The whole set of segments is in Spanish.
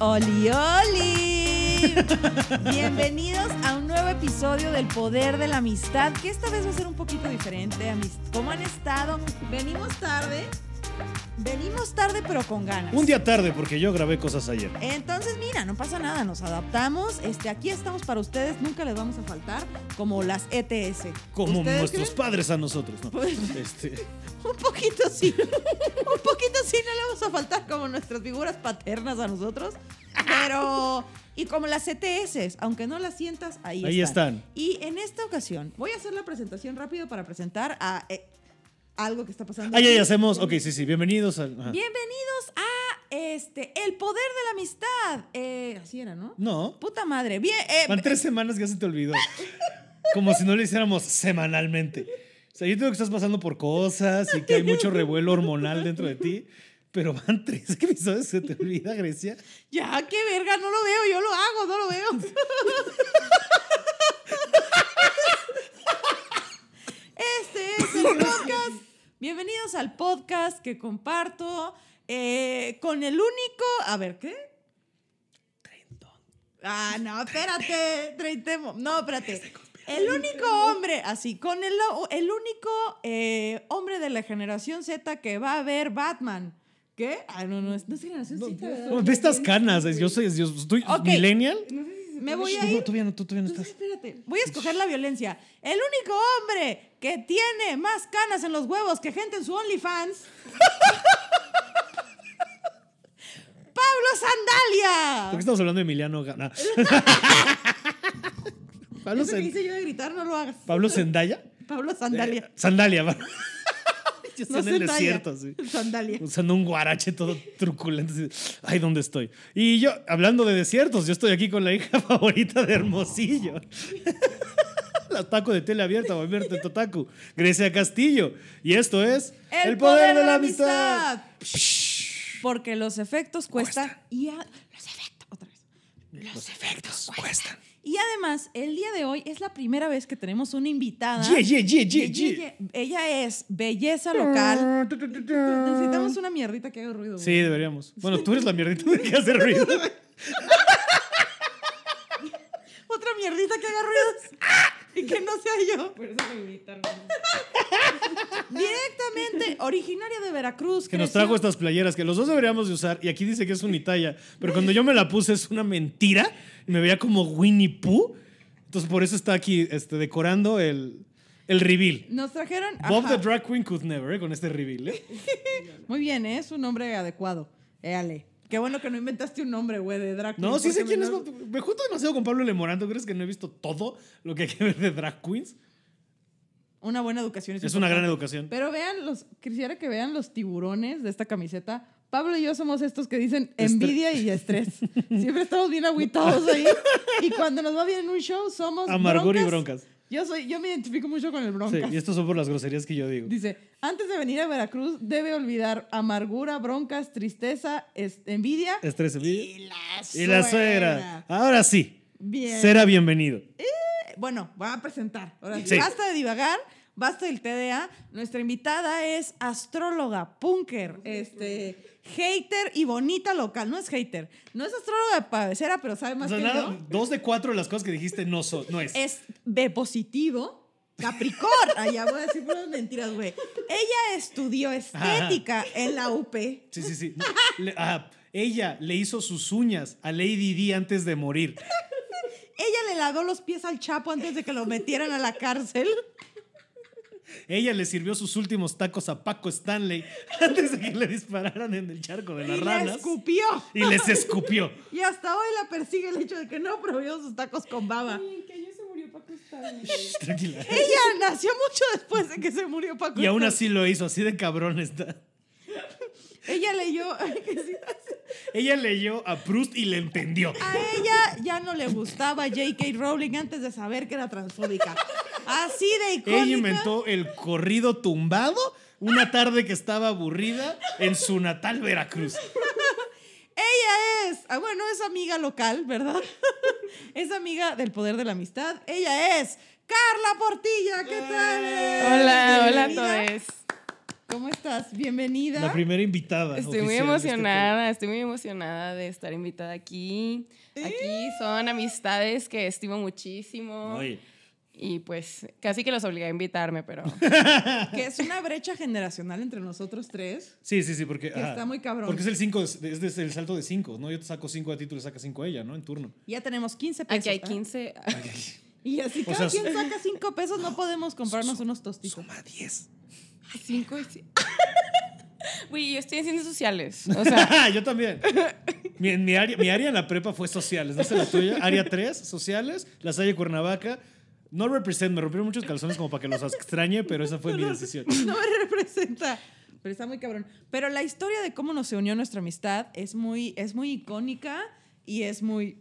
Oli, oli. Bienvenidos a un nuevo episodio del Poder de la Amistad, que esta vez va a ser un poquito diferente. amis- ¿Cómo han estado? Venimos tarde. Venimos tarde, pero con ganas. Un día tarde, porque yo grabé cosas ayer. Entonces, mira, no pasa nada, nos adaptamos. Este, aquí estamos para ustedes, nunca les vamos a faltar, como las ETS. Como ¿Ustedes nuestros creen? padres a nosotros, ¿no? Pues- Este, Un poquito sí, un poquito sí, no le vamos a faltar como nuestras figuras paternas a nosotros, pero... Y como las ETS, aunque no las sientas, ahí, Ahí están. Y en esta ocasión, voy a hacer la presentación rápido para presentar a eh, algo que está pasando. ah, ya, aquí. ya hacemos. Ok, sí, sí. Bienvenidos al. ajá. Bienvenidos a este, El Poder de la Amistad. Eh, así era, ¿no? No. Puta madre. Bien, eh, Van tres semanas que ya se te olvidó. Como si no lo hiciéramos semanalmente. O sea, yo tengo que estás pasando por cosas y que hay mucho revuelo hormonal dentro de ti. Pero van tres episodios que se te olvida, Grecia. Ya, qué verga, no lo veo, yo lo hago, no lo veo. Este es el podcast. Bienvenidos al podcast que comparto eh, con el único. A ver, ¿qué? Ah, no, espérate, treintemo. No, espérate. El único hombre, así, con el, el único eh, hombre de la generación Z que va a ver Batman. ¿Qué? Ah, no, no, es, no es generación No, Z. ¿verdad? no, ve estas canas. es- Yo soy, yo estoy Ok. millennial. Me voy a No, ir. todavía no, tú todavía no No, estás. espérate. Voy a escoger la violencia. El único hombre que tiene más canas en los huevos que gente en su OnlyFans. ¡Pablo ¿Por qué Sandalia! estamos hablando de Emiliano Gana? Pablo, Eso que Sen- hice yo de gritar, no lo hagas. ¿Pablo Zendaya? Pablo Sandalia. Eh, sandalia, va. Yo estoy No en el Zendaya. desierto, sí. Sandalia. Usando un guarache todo truculento. así, Ay, ¿dónde estoy? Y yo, hablando de desiertos, yo estoy aquí con la hija favorita de Hermosillo. Las taco de tele abierta, volverte Totaku. Grecia Castillo. Y esto es. Psh, Porque los efectos cuestan. Y a- los efectos, otra vez. Los efectos cuestan. Y además, el día de hoy es la primera vez que tenemos una invitada. Yeah, yeah, yeah, Ah. yeah, Ye- yeah. ye- ye. Ella es belleza local. Mm. Necesitamos una mierdita que haga ruido. Sí, deberíamos. Bueno, tú eres la mierdita de que hace ruido. güey. Otra mierdita que haga ruido. ¡ah! y que no sea yo. Por eso me gritaron. Directamente, originaria de Veracruz. Que nos creció- trajo estas playeras que los dos deberíamos de usar y aquí dice que es unitalla, pero cuando yo me la puse es una mentira y me veía como Winnie Pooh. Entonces por eso está aquí este, decorando el, el reveal. Nos trajeron. Bob ajá. the Drag Queen could never, ¿eh? con este reveal. ¿eh? Muy bien, ¿eh? es un nombre adecuado. Éale. Qué bueno que no inventaste un nombre, güey, de drag queen, No, sí sé porque quién es. no- Bob- Me junto demasiado con Pablo Lemoranto. ¿Crees que no he visto todo lo que hay que ver de drag queens? Una buena educación. Es una gran importante. educación. Pero vean los, quisiera que vean los tiburones de esta camiseta. Pablo y yo somos estos que dicen Estre- envidia y estrés. Siempre estamos bien agüitados ahí. Y cuando nos va bien en un show, somos. Amargor y broncas. broncas. Yo, soy, yo me identifico mucho con el Sí, broncas. y estos son por las groserías que yo digo. Dice, antes de venir a Veracruz, debe olvidar amargura, broncas, tristeza, es- envidia Estrés y, y la suegra. y la suegra. Ahora sí, Bien. será bienvenido. Bueno, va a presentar. Ahora sí, Sí. Basta de divagar, basta del TDA. Nuestra invitada es astróloga, punker, este, hater y bonita local. No es hater, no es astróloga de cabecera, pero sabe O más sea, que nada, yo. Eh, dos de cuatro de las cosas que dijiste no, son, no es. Es B positivo. Capricorn, allá voy a decir puras mentiras, güey. Ella estudió estética en la UP. Sí, sí, sí. Le- ah, ella le hizo sus uñas a Lady D antes de morir. Ella le lavó los pies al Chapo antes de que lo metieran a la cárcel. Ella le sirvió sus últimos tacos a Paco Stanley antes de que le dispararan en el charco de las y la ranas. escupió. Y les escupió. Y hasta hoy la persigue el hecho de que no prohibió sus tacos con baba. Ay, ¿En qué año se murió Paco Stanley? Tranquila. Ella nació mucho después de que se murió Paco. Y aún así lo hizo, así de cabrón está. Ella leyó. Ella leyó a Proust y le entendió. A ella ya no le gustaba J.K. Rowling antes de saber que era transfóbica. Así de icónica. Ella inventó el corrido tumbado una tarde que estaba aburrida en su natal Veracruz. Ella es, ah, bueno, es amiga local, ¿verdad? es amiga del poder de la amistad. Ella es Carla Portilla, ¿qué tal? Hola, hola a Bienvenida. todos. ¿Cómo estás? Bienvenida. La primera invitada. Estoy muy oficial de este emocionada, estoy muy emocionada de estar invitada aquí. Aquí son amistades que estimo programa. muchísimo. Oye, Y pues casi que los obligué a invitarme, pero Que es una brecha generacional entre nosotros tres. sí, sí, sí, porque. Que ajá. está muy cabrón. Porque es el 5, es, es el salto de 5, ¿no? Yo te saco 5 a ti, tú le sacas 5 a ella, ¿no? En turno. Ya tenemos 15 pesos. aquí hay ¿ah? 15. Y así O cada sea, quien saca 5 pesos, no podemos comprarnos unos tostitos. Suma 10. 5 y si- Güey, yo estoy en ciencias sociales. O sea, yo también. Mi, mi área, mi área en la prepa fue sociales, no sé la tuya. Área 3, sociales, la Salle Cuernavaca. No represent, me rompieron muchos calzones como para que los extrañe, pero esa fue mi decisión. No me representa. Pero está muy cabrón. Pero la historia de cómo nos se unió nuestra amistad es muy, es muy icónica y es muy.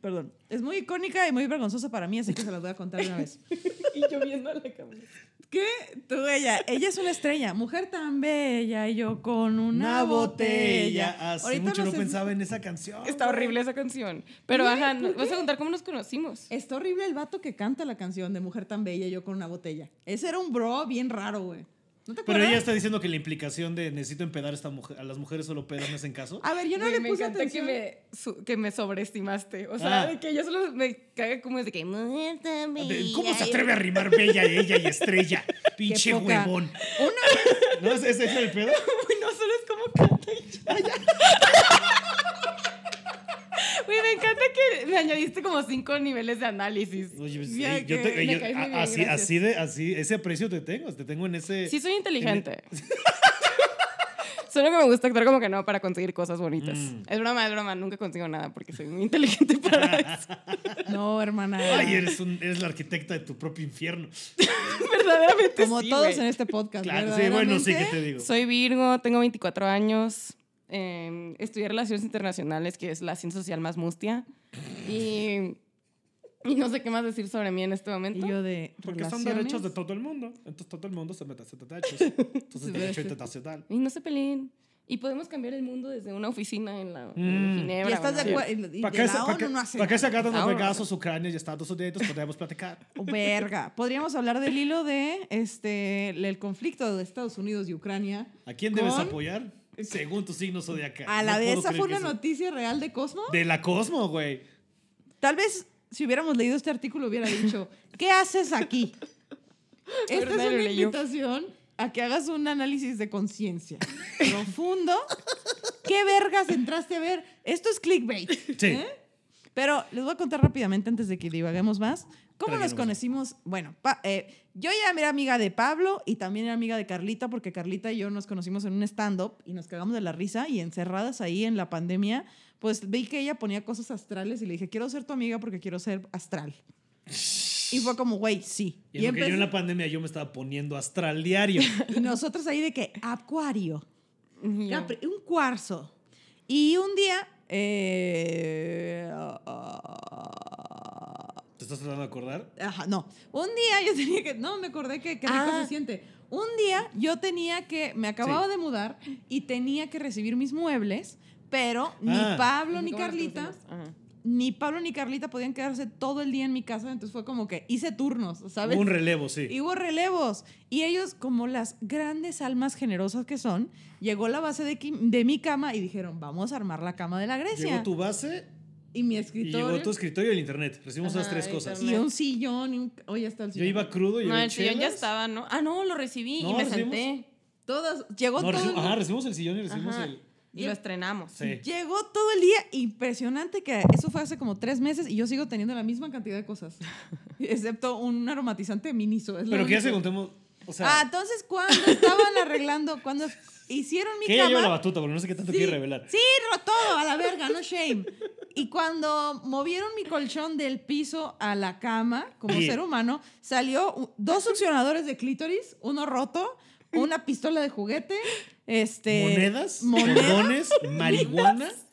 Perdón. Es muy icónica y muy vergonzosa para mí, así que se las voy a contar de una vez. Y yo viendo a la cámara. ¿Qué? Tú, ella. Ella es una estrella. Mujer tan bella y yo con una, botella. Hace Ahorita mucho no nos es- pensaba en esa canción. está horrible esa canción. Pero ajá, ¿nos vas a contar cómo nos conocimos. Eh, Está horrible el vato que canta la canción de Mujer tan bella y yo con una botella. Ese era un bro bien raro, güey. ¿No te Pero acuerdas? ella está diciendo que la implicación de necesito empedar a, esta mujer, a las mujeres solo pedas me hacen caso. A ver, yo no Güey, le me puse encanta atención. que me, su- que me sobreestimaste. O sea, Ah. de que yo solo me caga como es de que. "Mujer tan De- ¿Cómo se bella". atreve a rimar bella ella y estrella? Pinche poca. huevón. ¿No? ¿Ese ese es el pedo? Uy, no solo es como canta y ya. Güey, me encanta que me añadiste como cinco niveles de análisis. Oye, pues, Ya eh, yo que te- me yo- caes muy a- bien, así, gracias. así de, así, ese aprecio te tengo, te tengo en ese. Sí, soy inteligente. Solo que me gusta actuar como que no para conseguir cosas bonitas. Mm. Es broma, es broma. Nunca consigo nada porque soy muy inteligente para eso. No, hermana. Ay, eres, un- eres la arquitecta de tu propio infierno. Pues, Verdaderamente Como sí, todos güey. en este podcast. Claro, sí, bueno, sí que verdaderamente. te digo. Soy Virgo, tengo 24 años. eh, estudié Relaciones Internacionales, que es la ciencia social más mustia. Y, y no sé qué más decir sobre mí en este momento. Y yo de. Porque son relaciones. derechos de todo el mundo. Entonces todo el mundo se mete a hacer derechos. Entonces derecho internacional. Y no se peleen. Y podemos cambiar el mundo desde una oficina en la Mm. en Ginebra. Y estás ¿no? de acuerdo. Y, y ¿Para de qué, se- la para ONU qué- no hace para qué se nada. acaban los Ahora. regalos Ucrania y Estados Unidos? Podemos platicar. Verga. Podríamos hablar del hilo de este el conflicto de Estados Unidos y Ucrania. ¿A quién debes Con- apoyar? Según tu signo zodiacal. A la No de puedo esa creer fue que una eso- noticia real de Cosmo. De la Cosmo, güey. Tal vez si hubiéramos leído este artículo hubiera dicho, ¿qué haces aquí? Esta Pero es nadie una lo leyó. invitación a que hagas un análisis de conciencia profundo. ¿Qué vergas entraste a ver? Esto es clickbait. Sí. ¿Eh? Pero les voy a contar rápidamente antes de que divaguemos más. ¿Cómo Tranquilo, nos conocimos? Bueno, pa- eh, yo ya era amiga de Pablo y también era amiga de Carlita, porque Carlita y yo nos conocimos en un stand-up y nos cagamos de la risa y encerradas ahí en la pandemia, pues vi que ella ponía cosas astrales y le dije, quiero ser tu amiga porque quiero ser astral. Y fue como, güey, sí. Y, en lo que yo empecé- en la pandemia yo me estaba poniendo astral diario. y nosotros ahí de que, acuario. Y yo, Capri- un cuarzo. Y un día... eh, ah, ¿Te estás tratando de acordar? Ajá, no. Un día yo tenía que. No, me acordé que qué rico Ah. se siente. Un día yo tenía que. Me acababa de mudar y tenía que recibir mis muebles, pero ni Ah. Pablo ¿cómo ni nos Carlita. conocimos? Ajá. Ni Pablo ni Carlita podían quedarse todo el día en mi casa, entonces fue como que hice turnos, ¿sabes? Hubo Un relevo, sí. Y hubo relevos. Y ellos, como las grandes almas generosas que son, llegó la base de, qui- de mi cama y dijeron, vamos a armar la cama de la Grecia. Llegó tu base y mi y escritorio. llegó tu escritorio y el internet. Recibimos Ajá, esas tres y cosas. también. Y un sillón. Y un... Oye, está el Yo sillón. iba crudo y No, el sillón ya estaba, ¿no? Ah, no, lo recibí y No, me recibimos- senté. Todos, llegó No, todo recibi- el ajá, recibimos el sillón y recibimos Ajá. el. Y lo estrenamos. Sí. Llegó todo el día, impresionante que eso fue hace como tres meses y yo sigo teniendo la misma cantidad de cosas, excepto un aromatizante miniso. es lo Pero que ya se único. contemos. O ah, sea, entonces cuando estaban arreglando, cuando hicieron mi que ella cama, lleva la batuta, porque no sé qué tanto Sí. quiere revelar. Sí, ro- todo a la verga, no shame. Y cuando movieron mi colchón del piso a la cama, como Sí. ser humano, salió u- dos succionadores de clítoris, uno roto, una pistola de juguete, este... Monedas, Monedas. condones, marihuana. Había monedas.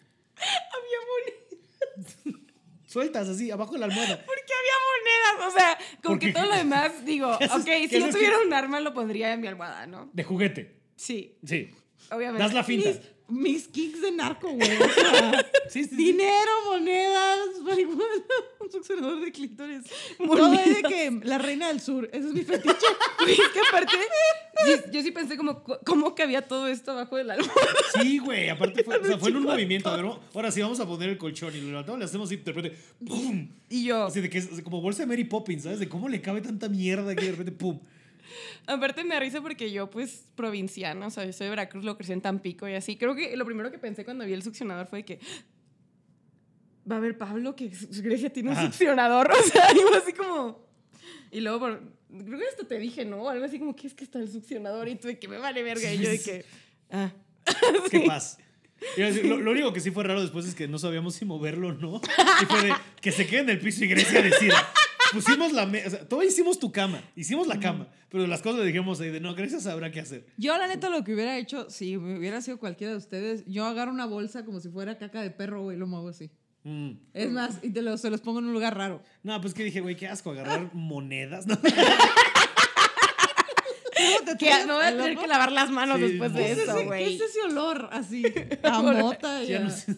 Sueltas así, abajo de la almohada. Porque había monedas, o sea, como Porque- que todo lo demás, digo, haces- ok, qué si yo haces tuviera un arma lo pondría en mi almohada, ¿no? De juguete. Sí, Sí. obviamente. Das la finta. Mis mis kicks de narco, güey. o sea, Sí, sí, sí. dinero, monedas, marihuana, un succionador de clítoris. Todo es de que la reina del sur, ese es mi fetiche. Y es que aparte, yo, yo sí pensé como, co- ¿cómo que había todo esto abajo del alma? Sí, güey, aparte fue, o sea, fue en un movimiento. A ver, vamos- ahora sí vamos a poner el colchón y lo levantamos, le hacemos así, de repente, ¡pum! Y yo, Así de que es como bolsa de Mary Poppins, ¿sabes? De cómo le cabe tanta mierda que de repente, ¡pum! aparte me da risa porque yo, pues, provinciana, o sea, yo soy de Veracruz, lo crecí en Tampico y así. Creo que lo primero que pensé cuando vi el succionador fue de que. Va a ver Pablo que su- Grecia tiene un Ajá. succionador. O sea, iba así como. Y luego, por- creo que hasta te dije, ¿no? Algo así como, ¿qué es que está el succionador? Y tú de que me vale verga. Y yo de que. Ah. ¡Qué paz! Y así, lo, lo único que sí fue raro después es que no sabíamos si moverlo o no. Y fue de que se quede en el piso y Grecia decida. Pusimos la mesa, o sea, todavía hicimos tu cama, hicimos la cama, pero las cosas le dijimos ahí de no, Grecia sabrá qué hacer. Yo, la neta, lo que hubiera hecho, si me hubiera sido cualquiera de ustedes, yo agarro una bolsa como si fuera caca de perro, güey, lo muevo así. Mm. Es más, y te los, se los pongo en un lugar raro. No, pues que dije, güey, qué asco agarrar monedas. ¿no? Que me voy a tener que lavar las manos Sí, después de ¿qué es ¿Qué es, eso, ese, güey. ¿Qué es ese olor así? A mota y Ya a, no sé.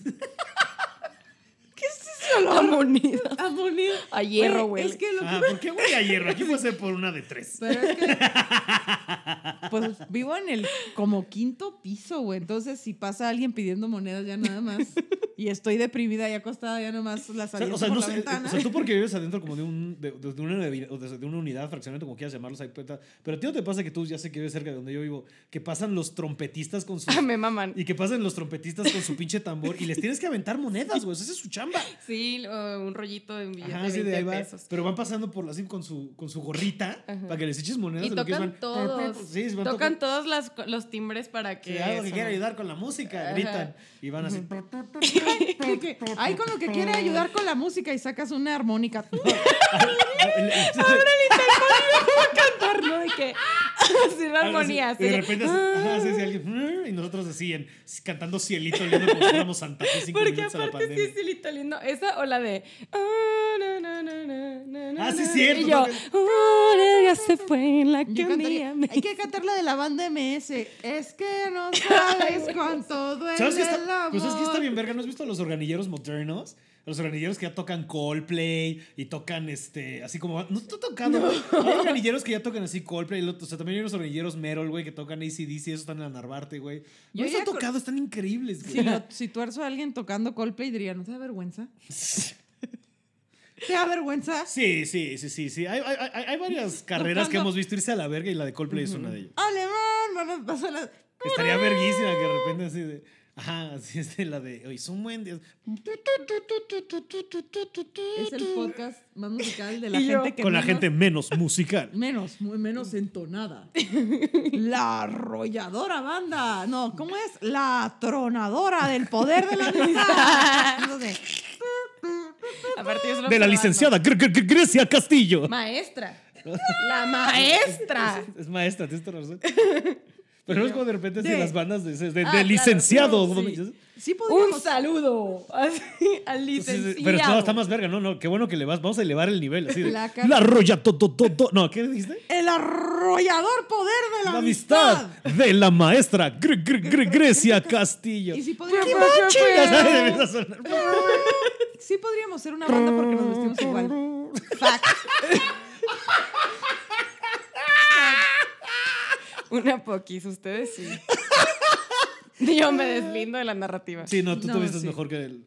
La moneda. a moneda. A hierro, güey. Es que lo Ah, que... ¿por qué huele a hierro? Aquí puede ser por una de tres. Pero es que... Pues vivo en el como quinto piso, güey. Entonces, si pasa alguien pidiendo monedas ya nada más y estoy deprimida y acostada ya nomás las O sea, saliendo o sea, por no la sé, ventana. o sea, tú porque vives adentro como de, un, de, de- de una, unidad- o de, de una unidad, fraccionamiento, como quieras llamarlos, ahí, pero pero a ti no te pasa que tú ya sé que vives cerca de donde yo vivo, que pasan los trompetistas con su... Ah, me maman. Y que pasan los trompetistas con su pinche tambor y les tienes que aventar monedas, güey. o sea, Esa es su chamba. Sí, o un rollito de un billete Ajá, de así 20 de ahí va. pesos. Pero van pasando por así con su, con su gorrita Ajá. para que les eches monedas. Y en lo que ellos tocan van- todos. Sí, van tocan tocando. todos las- los timbres para que. Que algo que eso- quiera ayudar con la música, Ajá. gritan. Y van así. Ay, que- ay, con lo que quiere ayudar con la música y sacas una armónica. Cantar, ¿no? De que. Sin armonía. Así, así y de de- repente, así, ajá, así, así, alguien, "Mm", y nosotros así, en- cantando Cielito, oliendo como si fuéramos Santa Fe cinco Porque minutos a la aparte sí pandemia. es silito lindo. Esa o la de. ah, na, na, na, na, na, na, Ah, sí, na. cierto, Y yo. tocan- "Ah, ya se fue en la que Yo un cantaría, día me. Hay que cantar la de la banda MS. Es que no sabes cuánto duele ¿Sabes qué el está? amor. Pues es que está bien verga, ¿no has visto a los organilleros modernos? A Los organilleros que ya tocan Coldplay y tocan este, así como. No estoy tocando. Hay organilleros que ya tocan así Coldplay. y lo- O sea, también hay unos organilleros Merol, güey, que tocan ACDC. Esos están en la Narvarte, güey. Yo No los iría han con- tocado, están increíbles, Si, güey. lo- si tuerzo a alguien tocando Coldplay, diría, ¿no te da vergüenza? ¿Te da vergüenza? Sí, sí, sí, sí. sí. Hay, hay- hay- hay varias carreras que Tocando. hemos visto irse a la verga y la de Coldplay es una de ellas. Alemán, van a pasar las... Estaría verguísima que de repente así de. Ajá, así es de la de. Oye, son buen día. Es el podcast más musical de la Y yo- gente que Con la menos- gente menos musical. Menos, muy menos entonada. La arrolladora banda. No, ¿cómo es? La tronadora del poder de la amistad. No sé. Aparte, yo solo De la observando. licenciada Gre- Gre- Gre- Grecia Castillo. Maestra. La maestra. Es maestra, tienes toda la razón. Pero no es como de repente así De- las bandas de, de, de Ah, claro, licenciado. sí, ¿cómo me sí. dices? Sí Un podríamos... saludo así, al Entonces, licenciado. pero no, está más verga. No, no, qué bueno que le vas. Vamos a elevar el nivel. Así de, La la, cara- roya, to, to, to, to- No, ¿qué dijiste? El arrollador poder de la, La amistad. amistad de la maestra Gre- Gre- Gre- Grecia Castillo. Y sí ¡Qué podríamos, pues, macho! Ya sabes, empieza a sonar. sí podríamos ser una banda porque nos vestimos igual. Fact. Una poquis, ustedes sí. Yo me deslindo de la narrativa. Sí, no, tú No, te vistes sí. mejor que, el,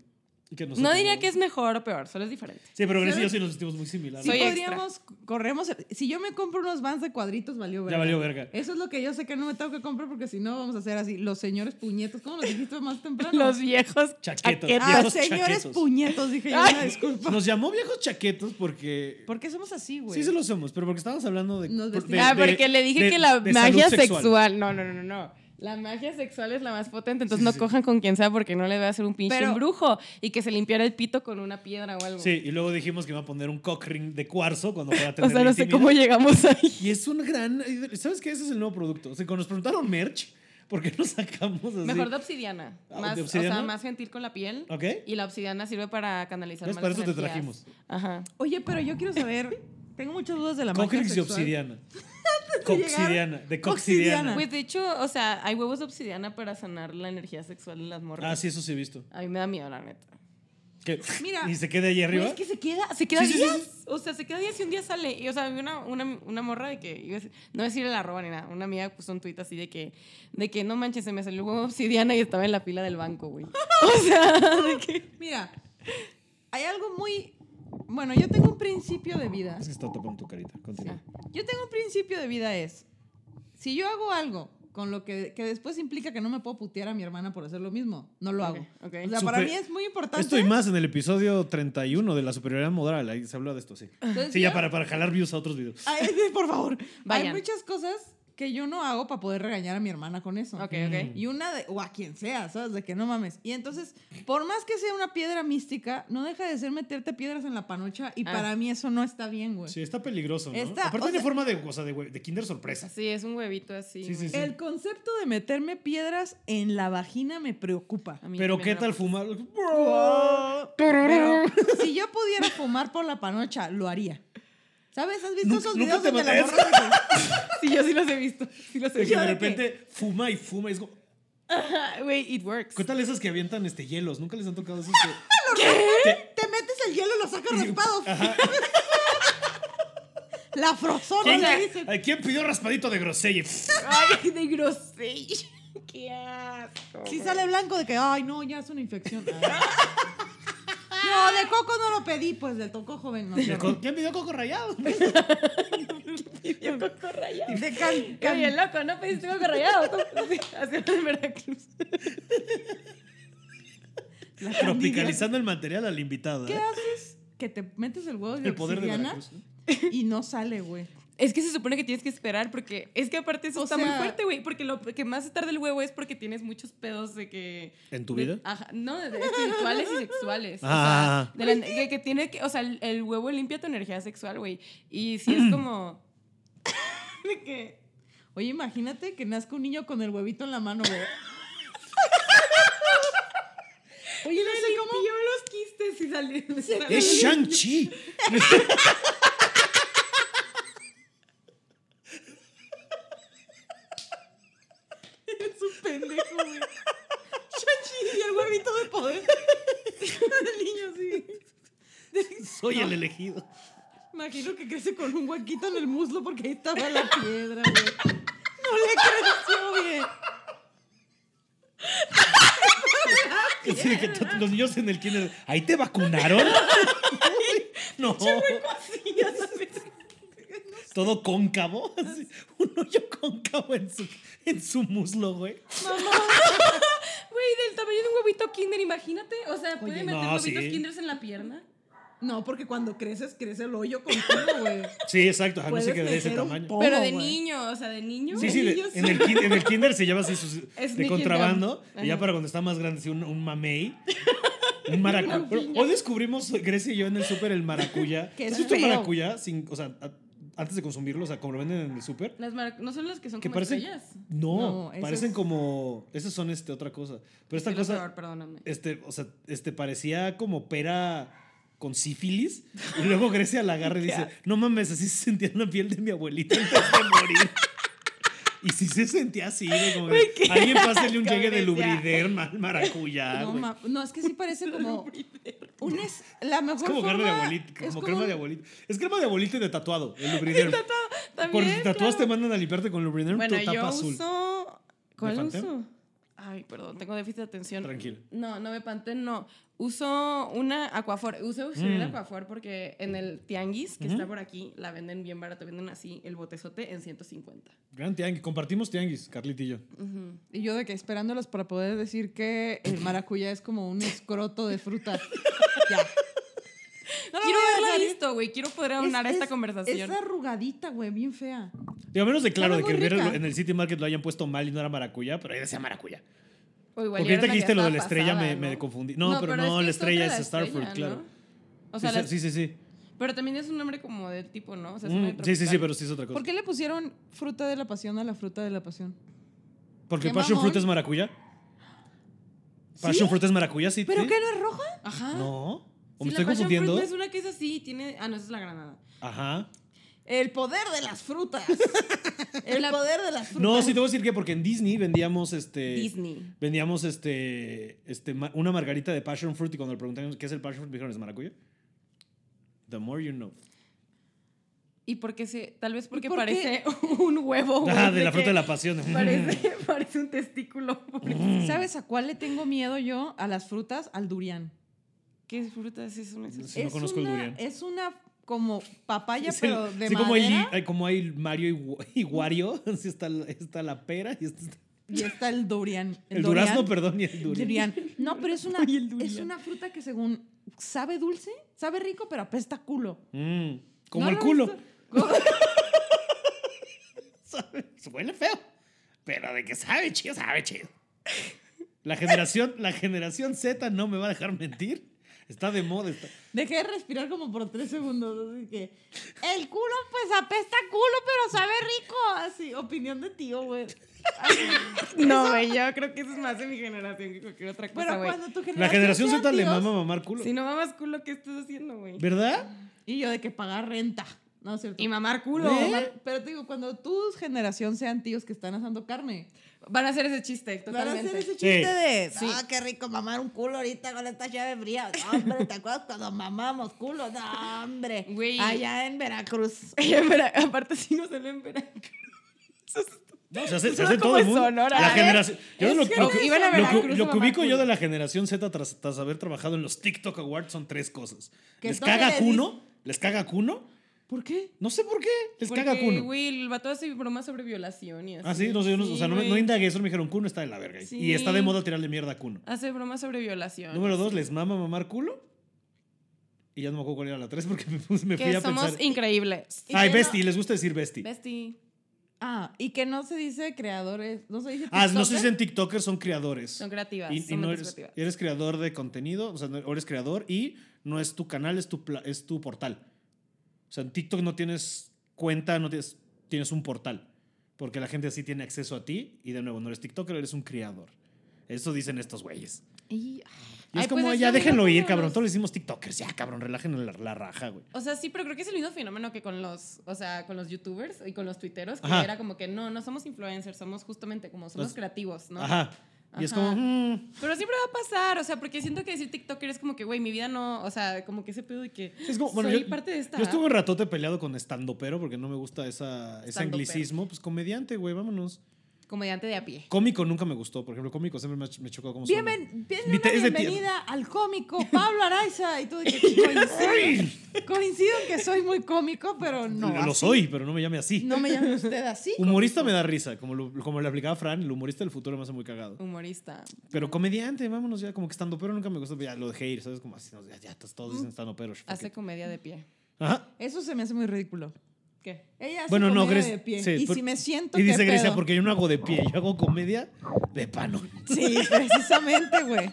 que nosotros. No diría que es mejor o peor, solo es diferente. Sí, pero Grecia y yo sí nos vestimos muy similares. Sí Soy extra. podríamos, corremos. Si yo me compro unos vans de cuadritos, valió verga. valió verga. Eso es lo que yo sé que no me tengo que comprar porque si no vamos a hacer así. Los señores puñetos, ¿cómo los dijiste más temprano? Los viejos Chaquetos. chaquetos. ah, viejos señores chaquetos. puñetos, dije yo, Ay. una disculpa. Nos llamó viejos chaquetos porque. ¿Por qué somos así, güey? Sí, se lo somos, pero porque estábamos hablando de. Nos por- de- ah, de- porque le dije de- que la de magia salud sexual. No, no, no, no, no. La magia sexual es la más potente, entonces Sí, no sí, sí. cojan con quien sea porque no le va a hacer un pinche Pero- brujo y que se limpiara el pito con una piedra o algo. Sí, y luego dijimos que iba a poner un cock ring de cuarzo cuando fuera a tener o sea, no sé intimidad. cómo llegamos ahí. Y es un gran. ¿Sabes qué? Ese es el nuevo producto. O sea, cuando nos preguntaron merch, ¿por qué no sacamos así? Mejor de obsidiana. Ah, Más, ¿de obsidiana? O sea, más gentil con la piel. ¿Ok? Y la obsidiana sirve para canalizar ¿Ves? malas Para eso te energías. trajimos. Ajá. Oye, pero yo quiero saber. Tengo muchas dudas de la Cock magia rings y sexual. obsidiana. que llegar. Coxidiana. De coxidiana. Coxidiana. Pues de hecho, o sea, hay huevos de obsidiana para sanar la energía sexual de las morras. Ah, sí, eso sí he visto. A mí me da miedo, la neta. ¿Qué? Mira. ¿Y se queda ahí arriba? Güey, Es que se queda, se queda Sí, sí, sí, días. O sea, se queda días y un día sale. Y, o sea, había una, una, una morra de que, iba a decir- no es ir a la roba ni nada. Una amiga puso un tuit así de que, de que no manches, se me salió huevo de obsidiana y estaba en la fila del banco, güey. O sea, de que. Mira, hay algo muy... Bueno, yo tengo un principio de vida. Es que está tapando tu carita. Continúa. Ah, Yo tengo un principio de vida es, si yo hago algo con lo que, que después implica que no me puedo putear a mi hermana por hacer lo mismo, no lo Ok, hago. ok. O sea, para Super- mí es muy importante. Esto y más en el episodio 31 de la superioridad moral. Ahí se habla de esto, sí. Entonces, Sí, ya yo- para, para jalar views a otros videos. Ay, sí, por favor. Vayan. Hay muchas cosas que yo no hago para poder regañar a mi hermana con eso. Ok, ok. Mm. Y una de, o a quien sea, ¿sabes? De que no mames. Y entonces, por más que sea una piedra mística, no deja de ser meterte piedras en la panocha y Ah. para mí eso no está bien, güey. Sí, está peligroso, ¿no? Pues. Está- Aparte o tiene sea- forma de, o sea, de, hue- de Kinder sorpresa. Sí, es un huevito así. Sí, sí, güey. sí. El concepto de meterme piedras en la vagina me preocupa. A mí Pero también ¿qué me tal da- fumar? Pero si yo pudiera fumar por la panocha, lo haría. ¿Sabes? ¿Has visto Nunca- esos nunca videos te donde la mates. morra dice, Sí, yo sí los he visto. Sí los he Que visto. de repente fuma y fuma y es como... Ah, Güey, it works. ¿Qué tal esas que avientan este hielos? ¿Nunca les han tocado esos que... "Eh, Te metes el hielo y lo sacas raspado. la frozona ¿Quién, le dicen. ay, ¿quién pidió raspadito de grosella? Sí, Ay, de grosella. Qué asco. Si güey. sale blanco de que, ay, no, ya es una infección. Ay. No, de coco no lo pedí, pues del toco joven. No, de de co- ¿Quién pidió coco rayado? Yo coco rayado. can- can- Oye, loco, no pediste coco rayado. tú. Sí, Así en Veracruz. la candida. Tropicalizando el material al invitado. ¿Qué ¿eh? haces? Que te metes el huevo de El poder de obsidiana Veracruz. y no sale, güey. Es que se supone que tienes que esperar porque es que aparte eso O está muy sea- fuerte, güey, porque lo que más se tarda el huevo es porque tienes muchos pedos de que ¿En tu de- vida? ajá, no, de, de espirituales y sexuales. O sea, Ah. de la- que, que tiene que, o sea, el, el huevo limpia tu energía sexual, güey. Y si Mm. es como de que Oye, imagínate que nazca un niño con el huevito en la mano, güey. Oye, no sé cómo. limpió los quistes y salió. salió- Es Shang-Chi. Es un pendejo, güey. Chanchi y el huevito de poder. el niño, sí. Soy el elegido. Imagino que crece con un huequito en el muslo porque ahí estaba la piedra, güey. No le creció bien. Así de que todos los niños en el kinder, ¿ahí te vacunaron? no. Todo cóncavo. así, un hoyo cóncavo en su, en su muslo, güey. Güey, del tamaño de un huevito Kinder, imagínate, o sea, puede Oye, meter no, huevitos sí. Kinders en la pierna. No, porque cuando creces, crece el hoyo contigo, güey. Sí, exacto. ajá, No sé Puedes qué de ese meter un tamaño. po- Pero ¿Cómo, de güey? niño, o sea, de niño. Sí, sí, de- niños. en, el, kin- en el kinder se lleva así sus, de Sneaky contrabando. down. Y ya Ajá. para cuando está más grande, sí, un, un mamey. Un maracuyá. Pero Hoy descubrimos, Grecia y yo, en el súper el maracuyá. Qué ¿Has visto feo. maracuyá? Sin, o sea, a- antes de consumirlo, o sea, como lo venden en el súper. Las marac- no son las que son que como parecen estrellas. no, No, esas- parecen como esas son este otra cosa pero esta Es lo cosa peor, perdóname. este o sea este parecía como pera con sífilis y luego Grecia la agarra y dice no mames así se sentía la piel de mi abuelita antes de morir y si se sentía así güey, como de, alguien pásale un asco, llegue de Grecia. lubriderma al maracuyá No, güey. ma- no, es que sí parece como. Un es, la mejor es como carne de forma abuelita es como crema un- de abuelita es crema de abuelita y de tatuado el lubriderma por También, si tatuas te claro. mandan a limpiarte con lubriderma Bueno, tu yo tapa azul uso. ¿Cuál Pantene? uso? Ay, perdón, tengo déficit de atención. Tranquila. No, no me panten, no. Uso una Aquafor. Uso Mm. una Aquafor porque en el Tianguis, que Ujú. está por aquí, la venden bien barato. Venden así el botezote en 150. gran tianguis compartimos tianguis Carlita y yo Ujú. Y yo de que esperándolos para poder decir que el maracuyá es como un escroto de fruta. ya. No lo Ah, Quiero voy a verla dejar ir. visto, güey. Quiero poder Es- aunar esta es- conversación. Es arrugadita, güey, bien fea. Digo, a menos de claro, de Sabe que muy hubiera- rica. en el City Market lo hayan puesto mal y no era maracuyá, pero ahí decía maracuyá. O igual Porque ya era ahorita una que dijiste lo de la fiesta estrella me, pasada, me ¿no? confundí. No, pero, es no, que la otra estrella la es Starford, estrella, claro. ¿no? O sea, sí, la- sí, sí, sí. pero también es un nombre como del tipo, ¿no? O sea, es un Mm, nombre sí, sí, sí, tropical. pero sí es otra cosa. ¿Por qué le pusieron fruta de la pasión a la fruta de la pasión? Porque qué Passion mamón? Fruit es maracuyá. Passion Fruit es maracuyá, sí. ¿Pero sí. qué no es roja? Ajá. No. ¿O Sí, me Ah. la estoy passion fruit confundiendo? Es una que es así, tiene. Ah, no, esa es la granada. Ajá. El poder de las frutas. El La- poder de las frutas. No, sí te voy a decir que porque en Disney vendíamos este. Disney. Vendíamos este, este, ma- una margarita de passion fruit y cuando le preguntamos qué es el passion fruit, me dijeron, ¿es maracuyá? The more you know. Y porque se, tal vez porque por qué? parece un huevo. güey, Ah, de la que fruta de la pasión. Parece, parece un testículo. güey. ¿Sabes a cuál le tengo miedo yo? A las frutas, al durián. ¿Qué frutas es una? Sí, no conozco el una, durián. Es una como papaya, Es el- pero de sí, como, hay, madera. hay- como hay Mario y Wa- y, Wario, así está, la- está la pera y este está, Y está el durián. durián. el, durazno, perdón, y el durian. Durian. No, pero es una, Ay, el durian. es una fruta que según sabe dulce, sabe rico, pero apesta culo. Mm, como ¿No el lo culo. viste? ¿Sabe? Huele feo, pero de que sabe chido, sabe chido. La generación, la generación Z no me va a dejar mentir. Está de moda. está- Dejé de respirar como por tres segundos. Así que el culo, pues apesta culo, pero sabe rico. Así, opinión de tío, güey. No, güey, yo creo que eso es más de mi generación que cualquier otra cosa, Pero güey. cuando tu generación. La generación sean Z le tíos- mama mamar culo. Si no mamas culo, ¿qué estás haciendo, güey? ¿Verdad? Y yo de que pagar renta. No, es cierto. Y mamar culo. ¿Eh? Mamar- Pero te digo, cuando tu generación sean tíos que están asando carne, Van a hacer ese chiste, van a totalmente. hacer ese chiste de. Sí. Ah, qué rico mamar un culo ahorita con esta llave fría. No, hombre, ¿te acuerdas cuando mamamos culo? No, hombre. Güey. Allá en Veracruz. Ella en Vera- aparte, sí no se lo en Veracruz. No, se hace, se Suena hace como todo el en mundo. Sonora. La A ver, generación. Yo es lo, que lo- no lo- iban a lo- Veracruz lo a que ubico mamar yo culo. de la generación Z tras, tras haber trabajado en los TikTok Awards son tres cosas. Que ¿Les todos caga les Cuno? ¿Les caga Cuno? ¿Por qué? No sé por qué. Les Porque, caga Cuno. Güey, el vato hace bromas sobre violación y así. Ah, sí, no sé, yo no, o sea, no, me- güey. no indagué, solo me dijeron Cuno está de la verga. Sí. Ah, Y está de moda tirarle mierda a Cuno. Hace bromas sobre violación. Número dos, les mama mamar culo. Y ya no me acuerdo cuál era la tres porque me, puse- me fui que a somos pensar. Ah, increíbles. Ay, y que no- Besti, les gusta decir Besti. Bestie. Ah, y que no se dice creadores. No se dice. Ah, no sé TikToker. si en TikTokers son creadores. Son creativas. Y- y, son no mentes eres, creativas. eres creador de contenido, o sea, no- o eres creador y no es tu canal, es tu, pla- es tu portal. O sea, en TikTok no tienes cuenta, no tienes, tienes un portal. Porque la gente así tiene acceso a ti y de nuevo, no eres TikToker, eres un creador. Eso dicen estos güeyes. Y- Y es Ay, pues como, es ya lo mismo déjenlo como ir, los- cabrón. Todos le decimos TikTokers, ya, cabrón, relajen la, la raja, güey. O sea, sí, pero creo que es el mismo fenómeno que con los, o sea, con los youtubers y con los tuiteros, que Ajá. era como que no, no somos influencers, somos justamente como somos Los- creativos, ¿no? Ajá. Y es Ajá. como, mm, Pero siempre va a pasar, o sea, porque siento que decir TikToker es como que, güey, mi vida no, o sea, como que ese pedo de que es como, bueno, soy yo, parte de esta. yo estuve un ratote peleado con estandopero porque no me gusta esa, ese Estandopero. anglicismo. Pues comediante, güey, vámonos. comediante de a pie. Cómico nunca me gustó, por ejemplo, cómico siempre me, ch- me chocó como Bienven- denle Mi una te- es de tía. bienvenida al cómico Pablo Araiza. Y tú dices, coincido, coincido en que soy muy cómico, pero no. lo, lo así- soy, pero no me llame así. No me llame usted así. humorista me da risa, como, lo- como le aplicaba Fran, el humorista del futuro me hace muy cagado. Humorista. Pero comediante, vámonos ya, como que estando pero nunca me gustó, pero ya lo dejé ir, ¿sabes? Como así, no, ya, ya, todos dicen estando pero. fuck Hace it. comedia de pie. Ajá. Eso se me hace muy ridículo. ¿Qué? Ella hace Bueno, no, comedia Grecia- de pie. sí, y por- si me siento Y ¿qué dice Grecia, pedo? porque yo no hago de pie, yo hago comedia de pano. Sí, precisamente, güey.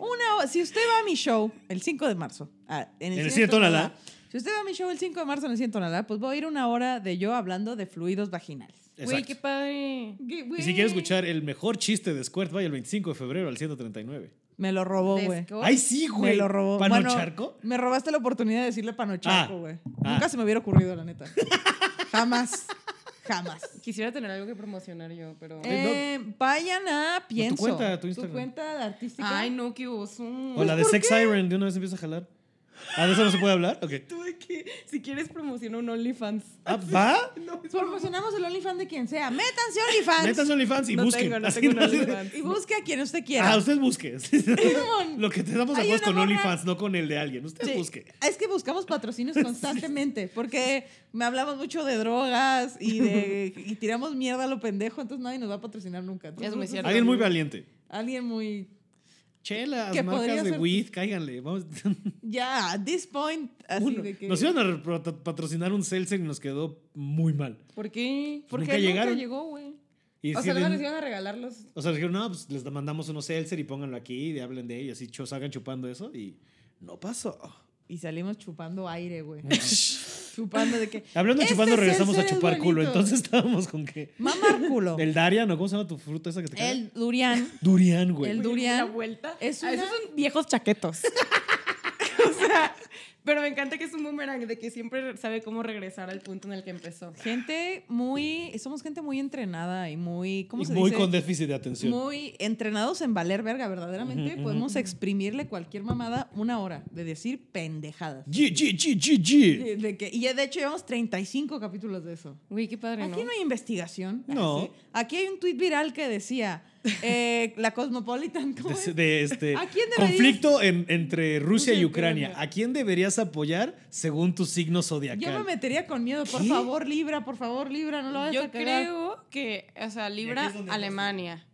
Una ho- si usted va a mi show el 5 de marzo, ah, en el, En el Cine Cine Tonalá. Tonalá, Si usted va a mi show el 5 de marzo en el Cine Tonalá, pues voy a ir una hora de yo hablando de fluidos vaginales. Güey, qué Exacto. padre. Y si quieres escuchar el mejor chiste de Squirt, vaya el 25 de febrero al 139. Me lo robó, güey. Desco- ¡Ay, sí, güey! Me lo robó. ¿Pano Bueno, charco? Me robaste la oportunidad de decirle panocharco, Ah, güey. ah. Nunca se me hubiera ocurrido, la neta. Jamás. Jamás. Quisiera tener algo que promocionar yo, pero. Eh, no. Eh, vayan a Pienso. cuenta, tu Instagram. cuenta artística. Ay, no, qué oso. pues, O la de Sex Siren, de una vez empieza a jalar. ¿Ah, de eso no se puede hablar? Ok. Tú de que si quieres promociona un OnlyFans. Ah, ¿Va? Promocionamos el OnlyFans de quien sea. Métanse OnlyFans. Métanse a OnlyFans y No busquen. tengo, no Así, tengo un así de- OnlyFans. Y busque a quien usted quiera. Ah, usted busque. Lo que te damos a Hay es una con morra- OnlyFans, no con el de alguien. Usted Sí. busque. Es que buscamos patrocinios constantemente, porque me hablamos mucho de drogas y, de, y tiramos mierda a lo pendejo, entonces nadie nos va a patrocinar nunca. Entonces, Es muy cierto. Alguien muy valiente. Alguien muy... Chelas, Que podría marcas de ser- weed, cáiganle. Vamos. Ya, at this point, así Uno. de que... Nos iban a re- pat- patrocinar un Seltzer y nos quedó muy mal. ¿Por qué? Porque Nunca nunca llegaron. llegó, güey. Y O sea, sí, luego de- les iban a regalar los. o sea, dijeron, no, pues les mandamos unos Seltzer y pónganlo aquí y hablen de ellos. Y cho- salgan chupando eso y no pasó. Y salimos chupando aire, güey. chupando de que... Hablando de Este chupando, regresamos a Seltzer es chupar culo. bonito. Entonces estábamos con que. Mamar culo. El Darian, ¿o cómo se llama tu fruta esa que te cae? El durian Durian, güey. El durian vuelta. es Ah, una- Esos son viejos chaquetos. o sea, Pero me encanta que es un boomerang, de que siempre sabe cómo regresar al punto en el que empezó. Gente muy. Somos gente muy entrenada y muy. ¿Cómo Y se muy dice? con déficit de atención. muy entrenados en valer verga, verdaderamente. Ujú, ujú. Podemos exprimirle cualquier mamada una hora de decir pendejadas. Ye, ye, ye, ye, ye. De- de que- y de hecho llevamos 35 capítulos de eso. Uy, qué padre, ¿no? Aquí no hay investigación. No. Ah, sí. Aquí hay un tuit viral que decía, eh, la Cosmopolitan, ¿cómo De, es? de este ¿A quién deberías- conflicto en- entre Rusia Rusia y y Ucrania. Ucrania. ¿A quién deberías apoyar según tu signo zodiacal? Yo me metería con miedo, por ¿Qué? favor, Libra, por favor, Libra, no lo vayas a Yo cagar. creo que, o sea, Y Libra, aquí es donde Alemania.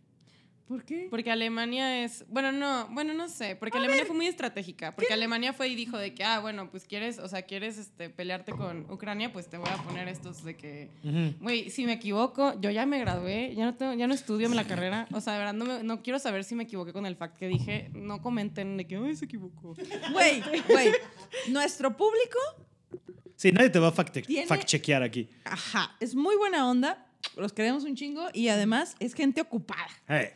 ¿Por qué? Porque Alemania es, bueno, no, bueno, no sé, porque Alemania fue muy estratégica, porque Alemania fue y dijo de que, ah, bueno, pues quieres, o sea, quieres este, pelearte con Ucrania, pues te voy a poner estos de que, Ujú. güey, si me equivoco, yo ya me gradué, ya no tengo, ya no estudio en la carrera, o sea, de verdad, no, me- no quiero saber si me equivoqué con el fact que dije, no comenten de que, ay, se equivocó. Güey, güey, nuestro público, Sí, nadie te va a fact, Tiene- chequear aquí. ajá, es muy buena onda, los queremos un chingo y además es gente ocupada. Eh.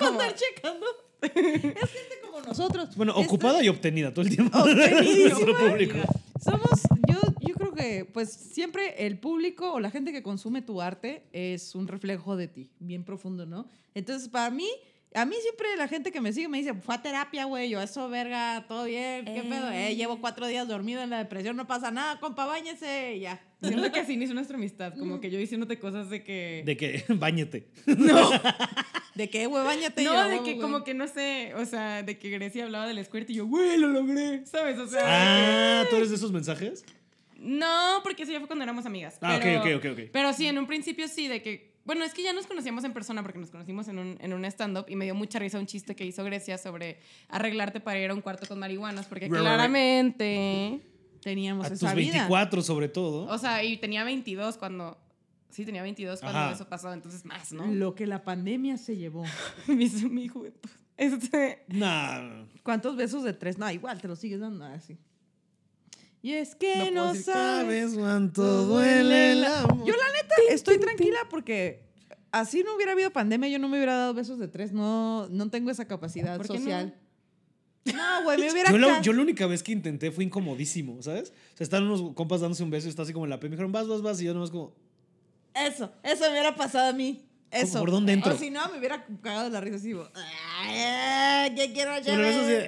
Andar checando. Es gente como nosotros. Bueno, Es- ocupada y obtenida todo el tiempo. Obtenidísima. Nuestro público. Somos, yo, yo creo que pues siempre el público o la gente que consume tu arte es un reflejo de ti, bien profundo, ¿no? Entonces, para mí, a mí siempre la gente que me sigue me dice, fue a terapia, güey, yo eso, verga, todo bien, qué Eh. pedo, eh, llevo cuatro días dormido en la depresión, no pasa nada, compa, báñese, y ya. Siento que así inició nuestra amistad, como que yo diciéndote cosas de que... De que bañete. ¿De qué, güey, báñate? no, de que como que no sé, o sea, de que Grecia hablaba del squirt y yo, güey, lo logré, ¿sabes? O sea, de que- Ah, ¿tú eres de esos mensajes? No, porque eso ya fue cuando éramos amigas. Ah, pero, ok, ok, ok, ok. Pero sí, en un principio sí, de que. Bueno, es que ya nos conocíamos en persona porque nos conocimos en un, en un stand-up y me dio mucha risa un chiste que hizo Grecia sobre arreglarte para ir a un cuarto con marihuanas, porque Right, right, right. claramente. Teníamos A esa tus vida. 24 sobre todo. O sea, y tenía 22 cuando. Sí, tenía 22 cuando Ajá. eso pasó, entonces más, ¿no? Lo que la pandemia se llevó. mi, mi juventud. Este, Nah. ¿Cuántos besos de tres? No, igual te lo sigues dando así. Y es que No puedo no, decir sabes. ¿Sabes cuánto duele el amor? Yo la neta estoy tranquila porque así no hubiera habido pandemia, yo no me hubiera dado besos de tres, no, no tengo esa capacidad ¿Por qué no? social. No, güey, me hubiera Yo la, ca- yo la única vez que intenté fue incomodísimo, ¿sabes? O sea, están unos compas dándose un beso y está así como en la P. Me dijeron, vas, vas, vas. Y yo nomás como, Eso, eso me hubiera pasado a mí. Eso. ¿Por dónde entro? O si no, me hubiera cagado de la risa así. como, "Ah, ¿Qué quiero llevar? besos de-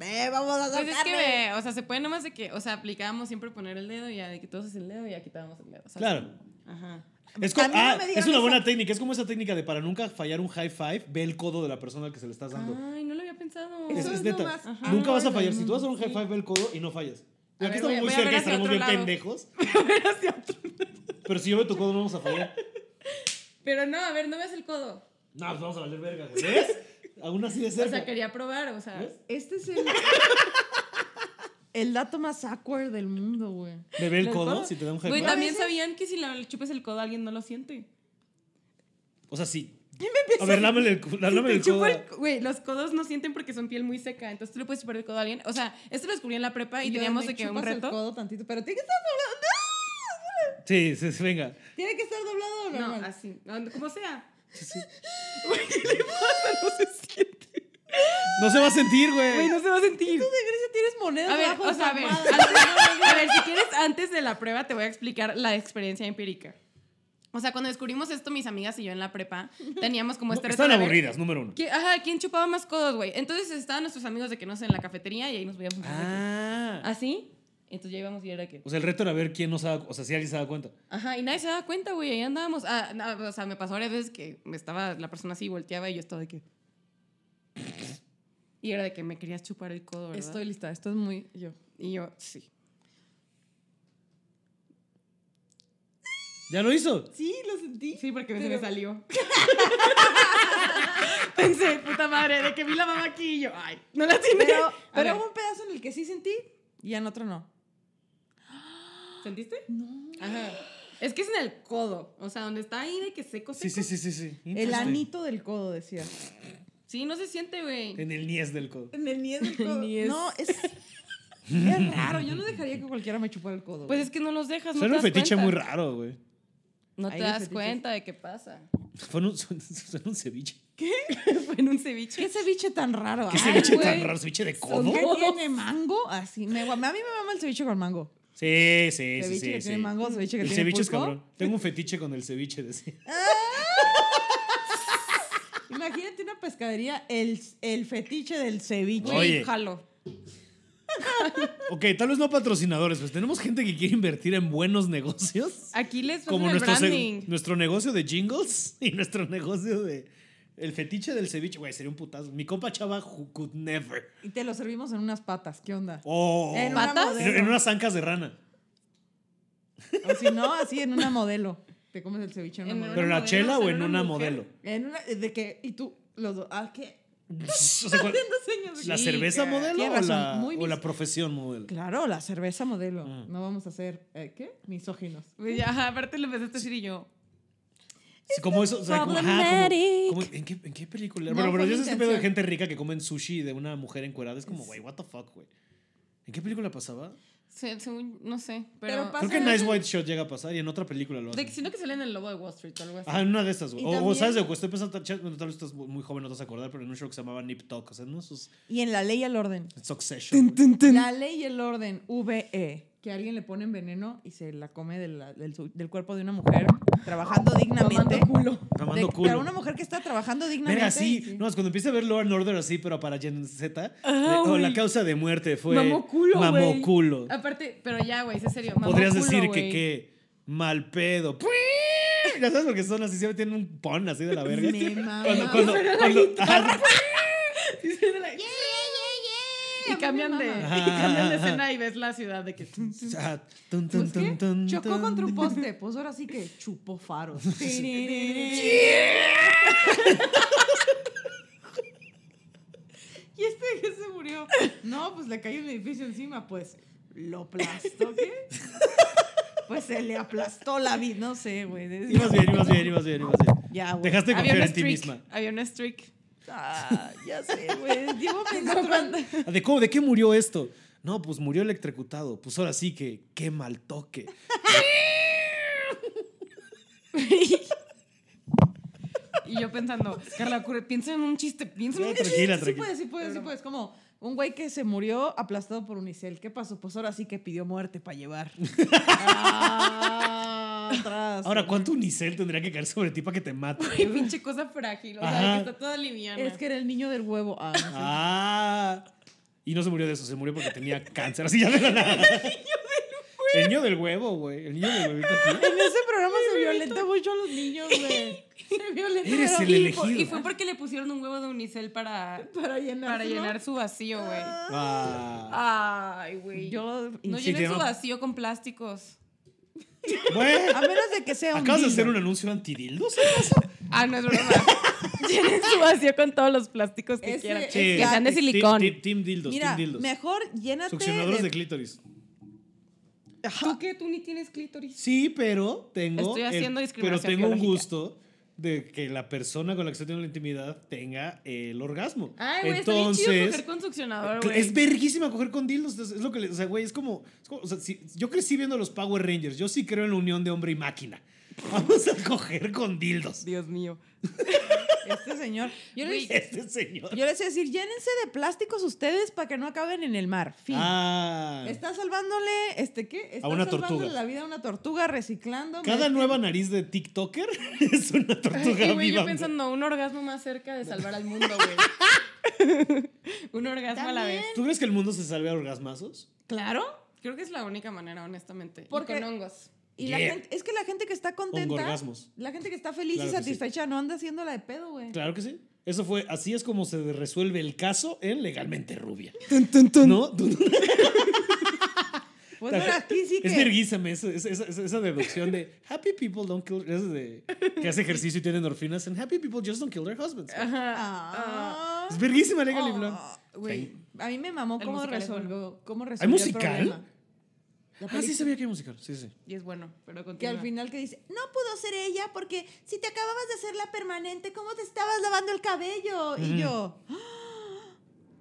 Eh, vamos a hacer pues es que, carne". ve, o sea, se puede nomás de que, o sea, aplicábamos siempre poner el dedo y ya de que todos es el dedo y ya quitábamos el dedo. ¿sabes? Claro. Ajá. Es, como- A mí no ah, me es dieron una esa- buena técnica, es como esa técnica de para nunca fallar un high five, ve el codo de la persona al que se le estás Ah. dando. Ay, no lo había pensado. Eso es, es es lo neta. más- Ajá. Nunca vas a Ay, fallar. no, Si tú vas a no, un high five, ve el codo y no fallas. Y A aquí ver, estamos voy a- muy voy a cerca, ver y hacia estaremos otro bien lado. pendejos. hacia otro. Pero si yo me tu codo, no vamos a fallar. Pero no, a ver, no ves el codo. No, pues vamos a valer verga, güey. ¿Ves? Aún así de O cerca. sea, quería probar, o sea. ¿Ves? Este es el, el dato más awkward del mundo, güey. ¿Me ve el ¿El codo codo? si te da un high Güey, five? también veces- sabían que si le chupes el codo a alguien no lo siente. O sea, sí. A ver, lámele el, cu- lámele Si el te codo. chupa el- Güey, los codos no sienten porque son piel muy seca, entonces tú le puedes chupar el codo a alguien. O sea, esto lo descubrí en la prepa y, yo, teníamos me de que un chupas el reto. codo tantito, pero tiene que estar doblado. Sí, sí, sí, venga. ¡No! Tiene que estar doblado o No, normal. así, no, como sea. Güey, ¿qué le pasa? No se siente. No se va a sentir, Güey, güey. no se va a sentir. Tú de Grecia tienes monedas A ver, abajo o de sea, a esa ver, madre. antes- a ver, si quieres, antes de la prueba te voy a explicar la experiencia empírica. O sea, cuando descubrimos esto, mis amigas y yo en la prepa, teníamos como No, este reto están de ver aburridas, número uno. ¿quién- ajá, ¿quién chupaba más codos, güey? Entonces estaban nuestros amigos de que no sé, en la cafetería y ahí nos veíamos. Ah. ¿Así? Entonces ya íbamos y era que... O sea, el reto era ver quién no se da, o sea, si alguien se da cuenta. Ajá, y nadie se daba cuenta, güey, ahí andábamos. Ah, no, o sea, me pasó varias veces que me estaba la persona así, volteaba y yo estaba de que... Y era de que me querías chupar el codo, ¿verdad? Estoy lista, esto es muy yo. Y yo, sí. ¿Ya lo hizo? Sí, lo sentí. Sí, porque se me Pero- salió. Pensé, puta madre, de que vi la mamá aquí y yo, ay, no la tiene. Pero, A pero ver, hubo un pedazo en el que sí sentí y en otro no. ¿sentiste? No. Ajá. Es que es en el codo, o sea, donde está ahí de que seco, Sí, seco. sí, sí, sí, sí. Este, El Interesting. anito del codo, decía. Sí, no se siente, güey. En el niés del codo. En el niés del codo. niés. No, es. Es raro, yo no dejaría que cualquiera me chupara el codo. Pues güey. es que no los dejas, no Suena te un das fetiche cuenta. muy raro, güey. No Ahí te los das fetiches. cuenta de qué pasa. Fue en un, fue en un ceviche. Fue en un ceviche. ¿Qué ceviche tan raro? ¿Qué Ay, ceviche güey. tan raro? ¿Ceviche de codo? ¿Qué tiene mango? Así. Me, a mí me mama el ceviche con mango. Sí, sí, sí, ceviche sí. que sí. tiene mango, ceviche que El tiene ceviche es pulpo. cabrón. Tengo un fetiche con el ceviche, decía. Imagínate una pescadería, el, el fetiche del ceviche. Güey, Oye. jalo. Ok, tal vez no patrocinadores, pues tenemos gente que quiere invertir en buenos negocios. Aquí les Como venden el nuestro, se- branding. nuestro negocio de jingles y nuestro negocio de. El fetiche del ceviche, güey, sería un putazo. Mi compa chava who could never. Y te lo servimos en unas patas, ¿qué onda? Oh. En En, una ¿Patas? modelo. en unas zancas de rana. O si no, así en una modelo. Te comes el ceviche en una En modelo. ¿Pero en la modelo, chela o ser en una una mujer. modelo? En una, de que, y tú, los dos, ah, ¿qué? O sea, ¿cuál- ¿La Sí, cerveza que- modelo tienes o la, razón, muy o la mis- profesión modelo? Claro, la cerveza modelo. Ah. No vamos a ser, eh, ¿qué? Misóginos. Güey, Ajá, aparte lo empezaste a decir y yo. Sí, como eso, o sea, como, ajá, como- problematic. como- ¿en, qué, en qué película? No, bueno, pero fue yo mi sé este pedo de intención. gente rica que comen sushi de una mujer encuerada. Es como, güey, what the fuck, güey. ¿En qué película pasaba? se- según- no sé, Pero pero. pasa- Creo que en- Nice White Shot llega a pasar y en otra película lo de que hacen. siento que sale en el lobo de Wall Street o algo así. Ajá, en una de estas, güey. Y O, o también- sabes de lo que estoy pensando, tal bueno, tal vez estás muy joven, no te vas a acordar, pero en un show que se llamaba Nip Talk, o sea, ¿no? Sus Y en la ley y el orden. Succession. güey. La ley y el orden, VE. Que alguien le pone veneno y se la come de la- del, su- del cuerpo de una mujer trabajando dignamente. Tomando culo. Tomando De- culo. Pero una mujer que está trabajando dignamente. Verga, sí. y- No, es cuando empieza a ver Law and Order así, pero para Gen Z. Ah, de- o la güey. causa de muerte fue. Mamó culo, güey. Mamó culo. Ah, Aparte, pero ya, güey, es en serio. mamó Podrías culo, decir que güey. qué mal pedo. Ya sabes porque son así, siempre tienen un pon así de la verga. Me mama. Cuando, cuando, ah, cuando- ajá, Y cambian de, Ajá, y cambian de ajá, escena y ves la ciudad de que. ajá, ah, tun, tun, Pues, ¿qué? tun, tun, Chocó tun. contra un poste. Pues ahora sí que chupó faros. ¿Y este que se murió? No, pues le cayó un edificio encima, pues lo aplastó, ¿qué? Pues se le aplastó la vida. No sé, güey. es- Ibas bien, ibas bien, ibas bien, ibas bien. Ya, güey. Dejaste de Había confiar una en ti streak. misma. Había una streak. Ah, ya sé, güey. Llevo pensando. Ah, ¿De, cómo, ¿De qué murió esto? No, pues murió electrocutado. Pues ahora sí que qué mal toque. Y yo pensando, Carla, ocurre, piensa en un chiste, piensa en No, un tranquila, Sí tranquila. puedes, sí puedes, sí puedes. Como un güey que se murió aplastado por Unicel. ¿Qué pasó? Pues ahora sí que pidió muerte para llevar. Ah, atrás. Ahora, ¿cuánto unicel tendría que caer sobre ti para que te mate? chiste. Pinche cosa frágil, o sea, Ajá. que está toda liviana. Es que era el niño del huevo. Ah, no sé. Ah. Y no se murió de eso, se murió porque tenía cáncer. Así ya de la nada. El niño del huevo, güey. El niño del huevito aquí. En ese programa se violenta mucho a los niños, güey. Se violenta. Eres pero- el y, elegido. fue- y fue porque le pusieron un huevo de unicel para, Para llenar. para llenar su vacío, güey. Ah. Ay, güey. Yo. No Sí, llenen tiene- su vacío con plásticos. Güey, A menos de que sea un. ¿Acabas de dildo. hacer un anuncio antidildos? Ah, no Ah, es broma. llenen su vacío con todos los plásticos que Ese- quieran. Sí. Que sean de Team- silicón. Team, team dildos, Mira, team dildos. mejor llénate. Succionadores de de- clítoris. ¿Tú qué? ¿Tú ni tienes clítoris? Sí, pero tengo. Estoy haciendo discriminación Pero tengo biológica. un gusto de que la persona con la que estoy teniendo la intimidad tenga el orgasmo. Ay, güey, está bien Entonces. chido coger con succionador, güey. Pues, Es verguísima coger con dildos. entonces, Es lo que, le- o sea, güey, es como, es como- o sea, si- yo crecí viendo los Power Rangers. Yo sí creo en la unión de hombre y máquina. Vamos a coger con dildos. Dios mío. Este señor. Yo les, Este señor. yo les voy a decir, llénense de plásticos ustedes para que no acaben en el mar. Fin. Ah, Está salvándole, este, ¿qué? Está una salvándole tortuga. la vida a una tortuga reciclando. cada Me- nueva nariz de TikToker es una tortuga Y güey, viva. yo pensando, un orgasmo más cerca de salvar al mundo, güey. un orgasmo a la vez. ¿Tú crees que el mundo se salve a orgasmazos? Claro. Creo que es la única manera, honestamente. Y Porque- con hongos. Y la Yeah. gente, es que la gente que está contenta, orgasmos. la gente que está feliz Claro y que sí. satisfecha no anda haciéndola de pedo, güey. Claro que sí. Eso fue, así es como se resuelve el caso en Legalmente Rubia. ¿No? Pues mira, aquí sí que... Es verguísame eso- esa, esa- esa- esa deducción de happy people don't kill es de, que hace ejercicio y tiene endorfinas and happy people just don't kill their husbands. Ah. Es verguísima Legally Blonde. Ah, güey, a mí me mamó El cómo musical es resolvió, cómo resolvió ¿Hay musical? el problema. La Ah, sí película. sabía que era musical. Sí, sí. Y es bueno, pero Que continúa. al final que dice, no pudo ser ella porque si te acababas de hacer la permanente, ¿cómo te estabas lavando el cabello? Y yo, ¡ah!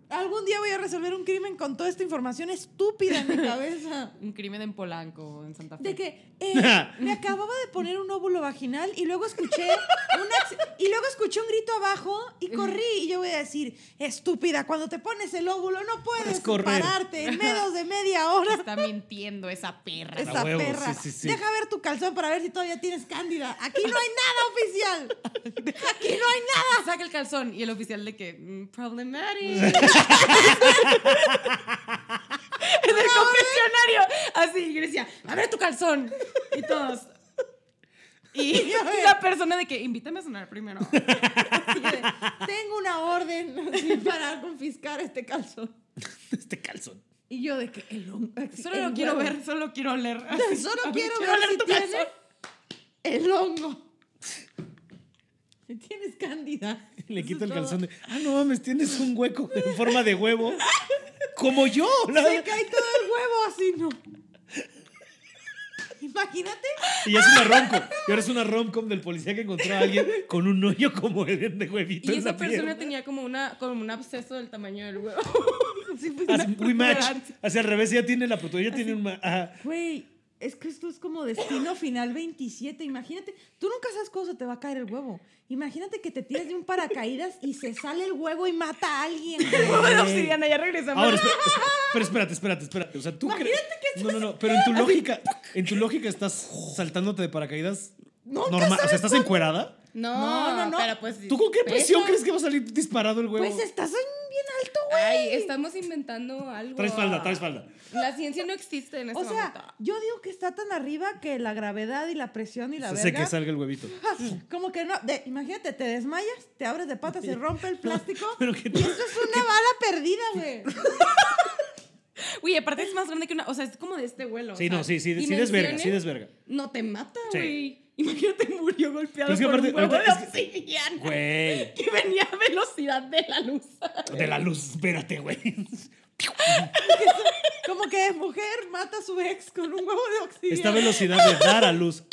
Algún día voy a resolver un crimen con toda esta información estúpida en mi cabeza. Un crimen en Polanco, en Santa Fe. De que eh, me acababa de poner un óvulo vaginal y luego escuché un acc- y luego escuché un grito abajo y corrí y yo voy a decir, estúpida, cuando te pones el óvulo no puedes Puedes correr. pararte en menos de media hora. Está mintiendo esa perra. Es- Esa huevo, perra. sí, sí, sí. Deja ver tu calzón para ver si todavía tienes cándida. Aquí no hay nada oficial. Aquí no hay nada. Saca el calzón y el oficial de que mm, problematic. en el confesionario. Así, y yo decía, abre tu calzón. Y todos. Y Ya ves. la persona de que invítame a sonar primero. Así de, Tengo una orden sí, para confiscar este calzón. Este calzón. Y yo de que el hon- Solo el lo quiero huevo. ver, solo quiero oler. Solo Así, quiero ver oler si tu tiene- calzón. El hongo. Si tienes cándida. Le Eso quita es el todo. calzón de. Ah, no mames, tienes un hueco en forma de huevo. Como yo. ¿no? Se cae todo el huevo así, no. Imagínate. Y es una romcom. Y ahora es una romcom del policía que encontró a alguien con un hoyo como el de huevito. Y en esa la pierna. persona tenía como, una, como un absceso del tamaño del huevo. Sí, pues, Así, we match. protuberancia. Hacia al revés, ella tiene la protuberancia, Ah, ella tiene un. ma- ajá. Güey, es que esto es como destino final 27. Imagínate, tú nunca sabes cómo se te va a caer el huevo. Imagínate que te tires de un paracaídas y se sale el huevo y mata a alguien. güey. Huevo de obsidiana, ya regresamos. Ahora, espera- espera- pero espérate, espérate, espérate. O sea, tú crees. Imagínate que No, no, no. Pero en tu lógica, en tu lógica estás saltándote de paracaídas. Nunca normal. O sabes sea, estás encuerada. No, No, no, no, no, no. Pero pues, ¿Tú con qué pesa. presión crees que va a salir disparado el huevo? Pues estás en bien alto, güey. Ay, estamos inventando algo. Traes falda, traes falda. La ciencia no existe en este O sea, momento. yo digo que está tan arriba que la gravedad y la presión y la O sea, sé verga- ah, que salga el huevito. Como que no, de- imagínate, te desmayas, te abres de patas, se rompe el plástico. pero que- y esto es una bala perdida, güey. Uy, aparte es más grande que una. O sea, es como de este vuelo. Sí, o sea, no, sí, sí, sí desverga, sí dimensiones, desverga. No te mata, Sí. güey. Imagínate, murió golpeado Pero es que por un aparte- huevo de ahorita- es obsidiana Güey. que venía a velocidad de la luz. De la luz, espérate, güey. Como que mujer mata a su ex con un huevo de oxígeno. Esta velocidad de dar a luz.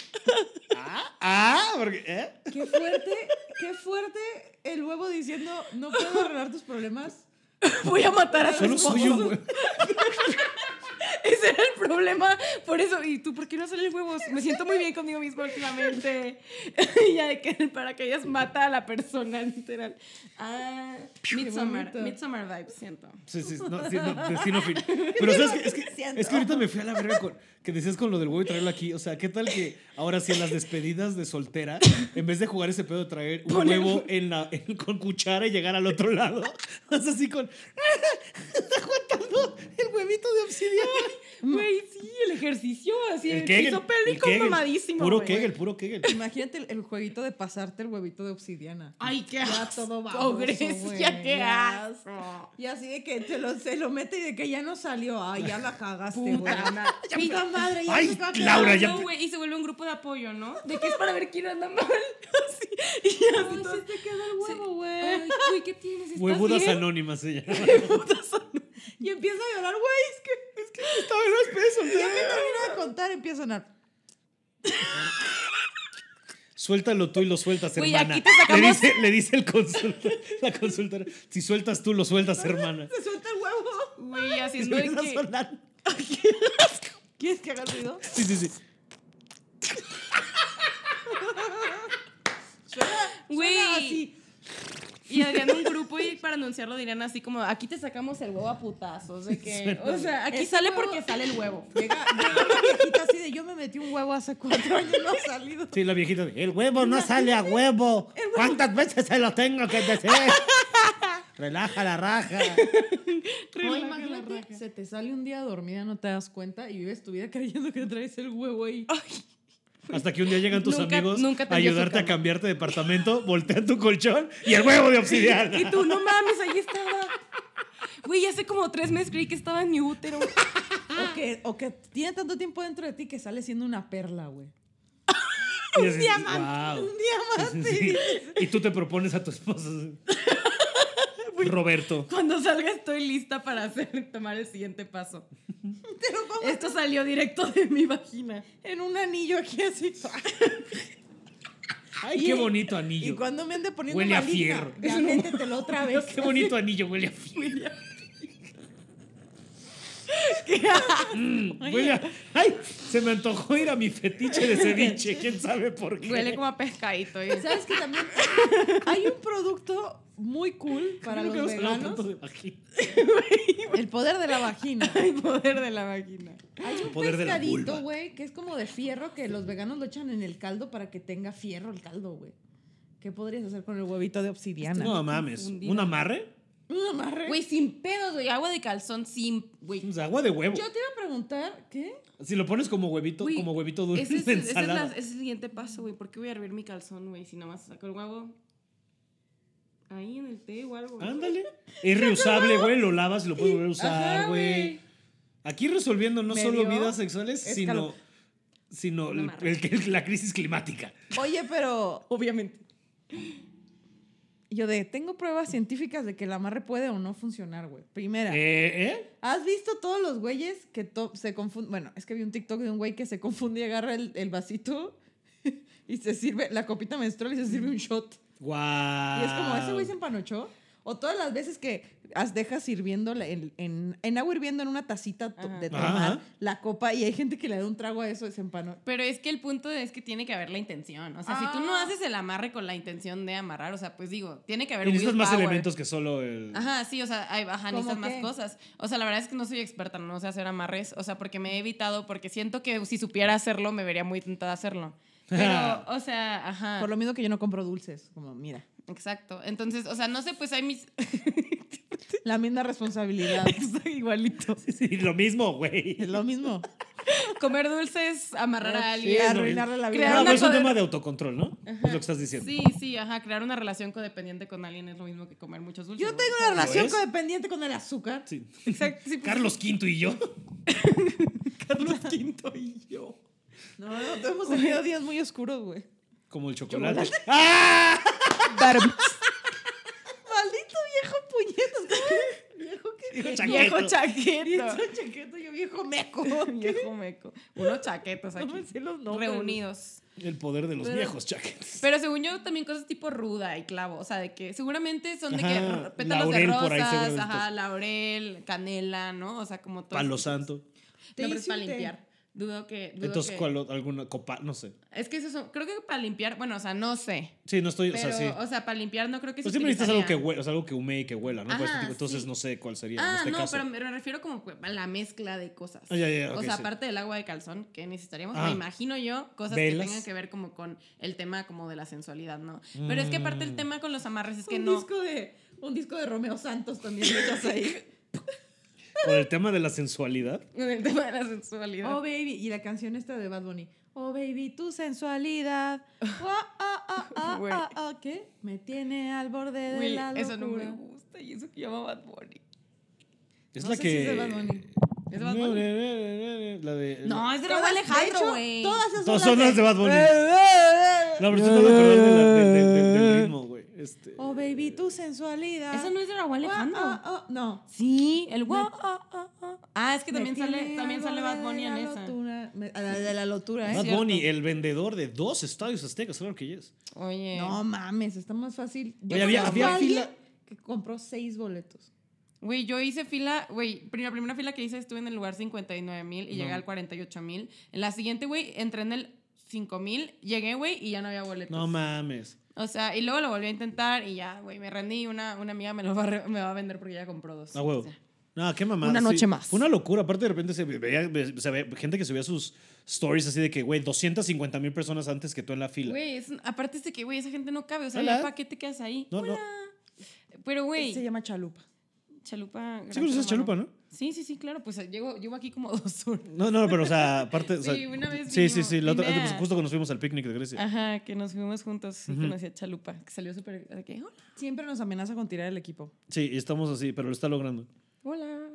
Ah, ah, porque. ¿eh? Qué fuerte, qué fuerte el huevo diciendo, no puedo arreglar tus problemas. Voy a matar a tu Solo soy un esposo. huevo. Ese era el problema. Por eso, ¿y tú por qué no salen huevos? Me siento muy bien conmigo mismo últimamente. Y ya de que el paracaídas mata a la persona, literal. Ah, Midsommar. bonito. Midsommar vibes, siento. Sí, sí, no, sí, no, destino final. Pero ¿sabes qué? Es que, Siento. es que ahorita me fui a la verga con, que decías con lo del huevo y traerlo aquí. O sea, ¿qué tal que ahora sí en las despedidas de soltera, en vez de jugar ese pedo de traer un Poner- huevo en la, en- con cuchara y llegar al otro lado? Vas así con. Está aguantando el huevito de obsidiana. Güey, sí, el ejercicio, así, el, Kegel, piso pélvico Kegel. mamadísimo. Puro güey. Kegel, puro Kegel. Imagínate el, el jueguito de pasarte el huevito de obsidiana. Ay, qué Ya asco. todo baboso, güey, Grecia, qué ya. asco. Y así de que te lo, se lo mete y de que ya no salió. Ay, ya la cagaste, güey. Puta madre. Puta madre, ya Ay, se va a Laura, quedar. ya- No, güey, y se vuelve un grupo de apoyo, ¿no? De que es para ver quién anda mal. Así. Y ya, Ay, así todos. se te quedó el Sí. huevo, güey. Ay, güey, ¿qué tienes? ¿Estás Huevudas bien? anónimas se llama. Y empieza a llorar, güey. Es que, es que Estaba en los pesos. ya que termino de contar, empieza a sonar. Suéltalo tú y lo sueltas, Güey, hermana. aquí te sacamos- le, dice, le dice el consultor, la consultora. Si sueltas tú, lo sueltas, hermana. Se suelta el huevo. Güey, Y haciendo el empieza a que... sonar. ¿Quieres que haga ruido? Sí, sí, sí. Güey. Suena así. Y harían un grupo y para anunciarlo dirían así como, aquí te sacamos el huevo a putazos. De que, o sea, aquí Ese sale huevo- porque sale el huevo. Llega, llega una viejita así de yo me metí un huevo hace cuatro años y no ha salido. Sí, la viejita. El huevo no sale a huevo. ¿Cuántas veces se lo tengo que decir? Relaja la raja. O imagínate, se te sale un día dormida, no te das cuenta y vives tu vida creyendo que traes el huevo ahí. Ah, Hasta que un día llegan tus Nunca- amigos nunca a tenía ayudarte su a cama. cambiarte de departamento, voltean tu colchón y el huevo de obsidiana. Y tú, no mames, ahí estaba. Güey, hace como tres meses creí que estaba en mi útero. ah. O que, o que tiene tanto tiempo dentro de ti que sale siendo una perla, güey. Y dices, diamante, "Guau". Un diamante. Ah. Sí. Y tú te propones a tu esposo. Roberto. Cuando salga estoy lista para hacer, tomar el siguiente paso. Te lo pongo Esto salió directo de mi vagina. en un anillo aquí así. Ay, qué bonito anillo. Y cuando me ande poniendo Huele a maligna, fierro. ya métetelo otra vez. Qué bonito anillo, huele a fierro. Mm, huele a- Ay, se me antojó ir a mi fetiche de ceviche, quién sabe por qué. Huele como a pescadito. ¿eh? y- ¿Sabes que también hay un producto muy cool para Creo que los hemos hablado veganos? tanto de vagina. El poder de la vagina. El poder de la máquina. Hay un poder de la vulva. pescadito, güey, que es como de fierro que los veganos lo echan en el caldo para que tenga fierro el caldo, güey. ¿Qué podrías hacer con el huevito de obsidiana? No mames, confundida. ¿un amarre? Un amarre. Güey, sin pedos, güey. Agua de calzón sin. Güey. Pues agua de huevo. Yo te iba a preguntar, ¿qué? Si lo pones como huevito, Güey, como huevito dulce Ese es, de ese es la- ensalada. ese es el siguiente paso, güey. ¿Por qué voy a hervir mi calzón, güey? Si nomás saco el huevo. Ahí en el té o algo. güey. Ándale. Es reusable, güey, lo lavas y lo puedes volver a Ajá, usar, güey. Aquí resolviendo no Me solo dio vidas sexuales, sino, escalofrío. sino No el- mames. el- el- la crisis climática. Oye, pero Obviamente. yo de, tengo pruebas científicas de que el amarre puede o no funcionar, güey. Primera. Eh, ¿eh? ¿Has visto todos los güeyes que to- se confunden? Bueno, es que vi un TikTok de un güey que se confunde y agarra el, el vasito y se sirve la copita menstrual y se sirve un shot. Guau. Y es como, ¿ese güey se empanochó? O todas las veces que has dejas sirviendo la- en, en- en agua hirviendo en una tacita to- Ajá. de tomar Ajá. la copa y hay gente que le da un trago a eso y se empanó. Pero es que el punto es que tiene que haber la intención. O sea, si tú no Ah. haces el amarre con la intención de amarrar, o sea, pues digo, tiene que haber Y necesitas más willpower. elementos que solo el. Ajá, sí, o sea, hay, ajá, ¿Cómo necesitas más qué? cosas. O sea, la verdad es que no soy experta, no sé hacer amarres, o sea, porque me he evitado, porque siento que si supiera hacerlo, me vería muy tentada a hacerlo. Pero, o sea, ajá. Por lo mismo que yo no compro dulces. Como, mira, Exacto. Entonces, o sea, no sé, pues hay mis. la misma responsabilidad. Exacto, igualito. Sí, lo mismo, güey. es lo mismo. Comer dulces, amarrar a Sí, alguien. es lo arruinarle mismo. la pues, vida. Nada más es un Crear una tema de autocontrol, ¿no? Es lo que estás diciendo. Sí, sí, ajá. Crear una relación codependiente con alguien es lo mismo que comer muchos dulces. Yo güey. tengo una relación es? codependiente con el azúcar. Sí. Exacto, sí, pues, Carlos V y yo. Carlos V y yo. No, no, hemos tenido días muy oscuros, güey. Como el chocolate. ¡Ah! Maldito viejo puñetas. ¿cómo? viejo que. Dijo Viejo chaqueto. chaqueto. Viejo chaqueto, yo viejo meco. Viejo meco. Unos chaquetos No me aquí. sé los nombres. Reunidos. El poder de los Pero- viejos chaquetes. Pero según yo, también cosas tipo ruda y clavo. O sea, de que seguramente son de Ajá, que r- pétalos laurel de por ahí rosas, seguramente. ajá, laurel, canela, ¿no? O sea, como todo. Palo santo. Te Nombres hice para un té. limpiar. Dudo que. dudo Entonces, que- ¿cuál? o- ¿Alguna copa? No sé. Es que eso son. Creo que para limpiar. Bueno, o sea, no sé. Sí, no estoy. Pero, o sea, sí. para limpiar no creo que Pues se siempre necesitas algo que utilizaría. huela, o sea, algo que hume y que huela, ¿no? Para este Ajá, tipo, Entonces sí. no sé cuál sería en Ah, este no, caso. pero me me refiero como que a la mezcla de cosas. Ah, ya, ya, o ok, sea, sí. aparte del agua de calzón que necesitaríamos, Ah. me imagino yo cosas Velas. que tengan que ver como con el tema como de la sensualidad, ¿no? Pero es que aparte Mm. el tema con los amarres es que un no. disco de un disco de Romeo Santos también lo echas ahí. Por el tema de la sensualidad. El tema de la sensualidad. Oh baby y la canción esta de Bad Bunny. Oh baby tu sensualidad. Oh, oh, oh, oh, Güey. oh, oh, ¿qué? Me tiene al borde de Güey, la locura. eso no me gusta y eso que llama Bad Bunny. Es No la sé que. si es de Bad Bunny. ¿Es de Bad No, Bunny? ne, ne, ne, ne, La de. No, es de Raúl Todas- Alejandro, de hecho, güey. Todas esas Todas son las de Bad Bunny. Bunny. No, pero estoy tratando de acordarme de la- de- de- de- del ritmo, güey. Este. Oh baby tu sensualidad. Oh, Eso no es de Raúl Alejandro. Ah, ah, ah, no. Sí, el Me- guau. Ah, es que también Me sale, tiene también al sale borde Bad Bunny de en la esa. lotura. Me- a la de la lotura, Bad ¿eh? cierto. Bunny, el vendedor de dos estadios aztecas, claro que es. Oye. No mames, está más fácil. Yo Oye, había- conozco había a alguien fila- que compró seis boletos. Güey, yo hice fila, güey, pri- la primera fila que hice estuve en el lugar 59 mil y No. llegué al 48 mil. En la siguiente, güey, entré en el 5 mil, llegué, güey, y ya no había boletos. No mames. o sea, y luego lo volví a intentar y ya, güey, me rendí. Una, una amiga me lo va a, re- me va a vender porque ya compró dos. No, huevo. O sea, No, qué mamada. Una sí. noche más. Fue una locura. Aparte, de repente se veía, se veía gente que subía sus stories así de que, güey, 250 mil personas antes que tú en la fila. Güey, es un- aparte es de que, güey, esa gente no cabe. O sea, Hola. ¿para qué te quedas ahí? No, no. Hola. Pero, Se güey, llama chalupa. chalupa. gran Sí conoces ser humano. Chalupa, ¿no? Sí, sí, sí, claro. Pues llevo, llevo aquí como dos horas. No, no, pero o sea, aparte. o Sí, sea, una Ah. vez Sí, sí, vinimos- sí. la otra- pues, vine a- justo cuando nos fuimos al picnic de Grecia. Ajá, que nos fuimos juntos y conocí a Chalupa, que salió súper. de que, Hola. Siempre nos amenaza con tirar el equipo. Sí, y estamos así, pero lo está logrando. Hola.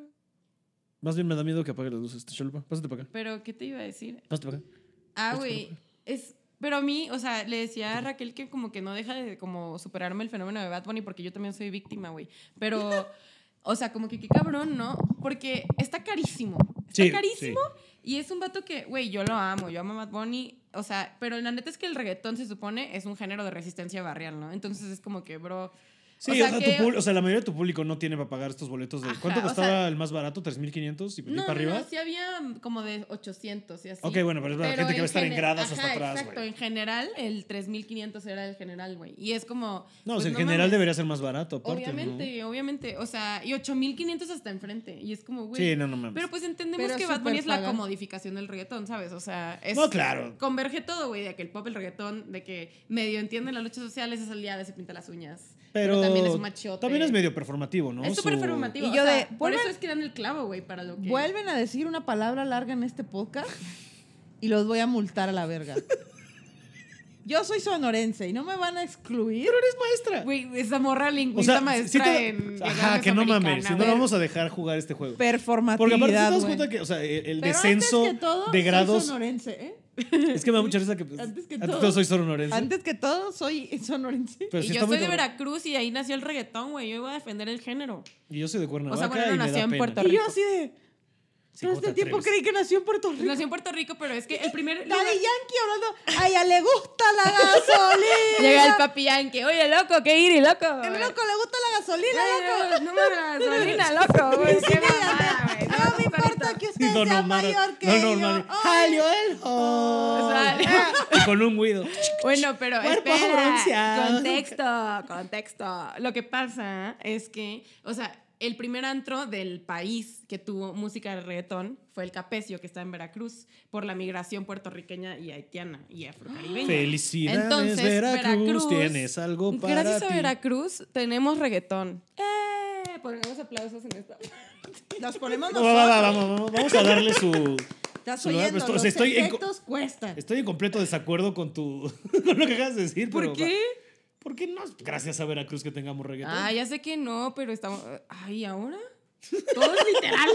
Más bien me da miedo que apague las luces. este, Chalupa, pásate para acá. Pero, ¿qué te iba a decir? Pásate para acá. Pues, Ah, güey. Es. Pero a mí, o sea, le decía a Raquel que como que no deja de como superarme el fenómeno de Bad Bunny porque yo también soy víctima, güey. Pero, o sea, como que qué cabrón, ¿no? Porque está carísimo. Está Sí, carísimo Y es un vato que, güey, yo lo amo, yo amo a Bad Bunny. O sea, pero la neta es que el reggaetón se supone es un género de resistencia barrial, ¿no? Entonces es como que, bro. Sí, o sea, tu que- pub- o sea, la mayoría de tu público no tiene para pagar estos boletos. De, Ajá, ¿Cuánto o costaba sea- el más barato? ¿3.500? ¿Y no, para no, arriba? no, sí había como de 800 y así. Ok, bueno, pero es para la gente que va a en estar en gener- gradas hasta ajá, atrás, Exacto, güey. en general el 3500 era el general, güey. Y es como. no, o pues, sea, en general mames. debería ser más barato, aparte. ¿no? Obviamente, obviamente. O sea, y 8500 hasta enfrente. Y es como, güey. Sí, no, no mames. Pero pues entendemos Pero que Bad Bunny es la superpaga. comodificación del reggaetón, ¿sabes? O sea, es. No, claro. Converge todo, güey, de que el pop, el reggaetón, de que medio entiende las luchas sociales, es el día de se pinta las uñas. pero, también es un machote. también es medio performativo, ¿no? es súper Su- performativo. Y o yo sea, de, por vuelven- eso es que dan el clavo, güey, para lo que. Vuelven a decir una palabra larga en este podcast y los voy a multar a la verga. Yo soy sonorense y no me van a excluir. Pero eres maestra. Güey, esa morra o lingüista sea, sí maestra te- en. Ajá, que no mames. Si no, lo no vamos a dejar jugar este juego. Performatividad. Porque aparte, ¿te das güey. cuenta que, o sea, el, el Pero descenso antes que todo, de Soy grados. sonorense, ¿eh? Es que me da mucha risa que. pues, Antes que ante todo- soy sonorense. Antes que todo, soy sonorense. pero sí Y yo está muy soy de cabrón. Veracruz y ahí nació el reggaetón, güey. Yo iba a defender el género. Pues, Y yo soy de Cuernavaca. bueno, no y me da nací en pena. Puerto Y yo rico. así de. Sí, Todo ¿cómo te este tiempo atreves? creí que nació en Puerto Rico. Nació en Puerto Rico, pero es que el primer. Daddy Yankee hablando. ¡Ay, ya le gusta la gasolina! Llega el papi Yankee. Oye, loco, qué ir y loco. El loco le gusta la gasolina, loco. No mames, Solina, loco, güey. Qué mamada, güey. No me importa que usted Y Don sea Omar, mayor que Don yo. Omar. ¡Ay, el ¡Oh! O sea, Y con un guido. Bueno, pero Cuerpo espera, bronceado. contexto, contexto. Lo que pasa es que, o sea, el primer antro del país que tuvo música de reggaetón fue el Capecio, que está en Veracruz, por la migración puertorriqueña y haitiana y afrocaribeña. Felicidades, Entonces, Veracruz, Veracruz, Tienes algo para Gracias a ti. Veracruz tenemos reggaetón. ¡Eh! Pongamos aplausos en esta. Nos ponemos No, va, va, va, nosotros. vamos, vamos, vamos a darle su. Estás su lugar, oyendo, pero esto- o los sea, estoy en co- efectos cuestan. Estoy en completo desacuerdo con tu con lo que acabas de decir. ¿Por pero qué? va- ¿Por qué no? Gracias a Veracruz que tengamos reggaetón. Ah, ya sé que no, pero estamos. Ay, ¿y ahora? Todo es literal.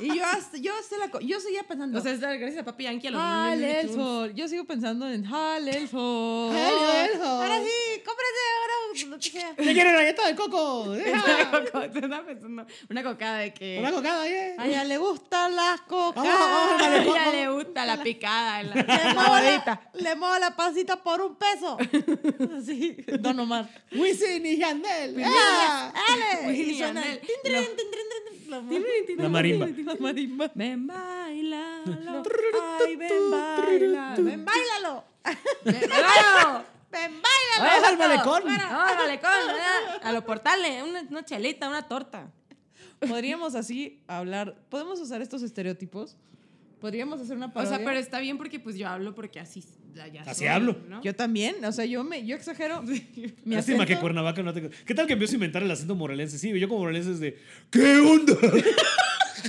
Y yo, hasta- yo, se la, co- yo seguía pensando. o sea, es dar gracias a Papi Yankee a los Jale el Looney Tunes. sol. Yo sigo pensando en Jale el sol. Jale el sol. Ahora sí, cómprate ahora lo que sea. ¡Te quiero galleta de coco! eh. Una coco- te estaba pensando, Una cocada de que. ¡Una cocada, eh! A ella le gustan las cocas. Vamos, vamos, A dale, ella vamos. le gusta la picada. la- Le muevo, la, le muevo la pancita por un peso. Así, Don Omar. Wisin y Pues Yandel. ¡Ah! ¡Ale! Wisin Y y suena el Yandel. tin, tin, tin, tin, tin, la mar- La marimba. La marimba. Ven, baila. Ay, ven, baila. Ven, bailalo. Ven, bailalo. Vamos Ah, al malecón. A los portales. Una, una chelita, una torta. Podríamos así hablar. ¿Podemos usar estos estereotipos? Podríamos hacer una O parodia. sea, pero está bien porque pues yo hablo porque así. ya- ya Así soy, hablo. ¿no? Yo también, o sea, yo me yo exagero. Mi Lástima que acento. Cuernavaca no tenga. ¿Qué tal que empiezo a inventar el acento morelense? Sí, yo como morelense es de. ¿Qué onda?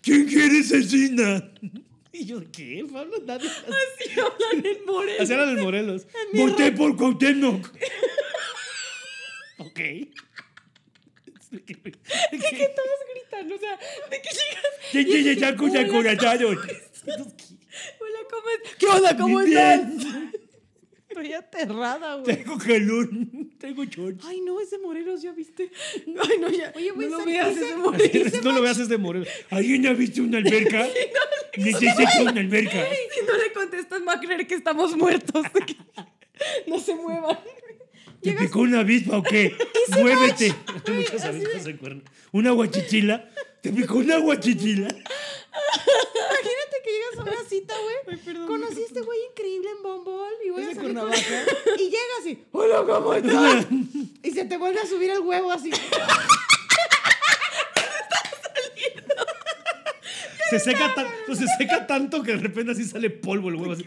¿Quién quiere cecina? Y yo, ¿qué? Pablo, nadie. Sí, hablan en Morelos. Así eran los Morelos. Voté por Cuauhtémoc. ok. Todos gritan, o sea, de que llegas. ¿Quién quiere echar cuya Hola, corazaron? Hola, ¿cómo es? ¿Qué onda? ¿Cómo Bien. están? Estoy aterrada, güey. Tengo calor. Tengo shorts. Ay, no, ese Morelos ya viste. Ay, no, ya. Oye, güey, no lo sal- veas, dice- ese Morelos. No lo veas, es de Morelos. ¿Alguien ha visto una alberca? Necesito una alberca. Si no le contestas, va a creer que estamos muertos. no se muevan. ¿Te picó una avispa o qué? Muévete. Hay muchas avispas en cuerno. ¿Una guachichila? ¿Te picó una guachichila? Imagínate que llegas a una cita, güey. Conocí a este güey increíble en Bombol y voy a salir con él. Y llegas y, hola, ¿cómo estás? y se te vuelve a subir el huevo así. Se seca, tan- no, se seca tanto que de repente así sale polvo el huevo. Así.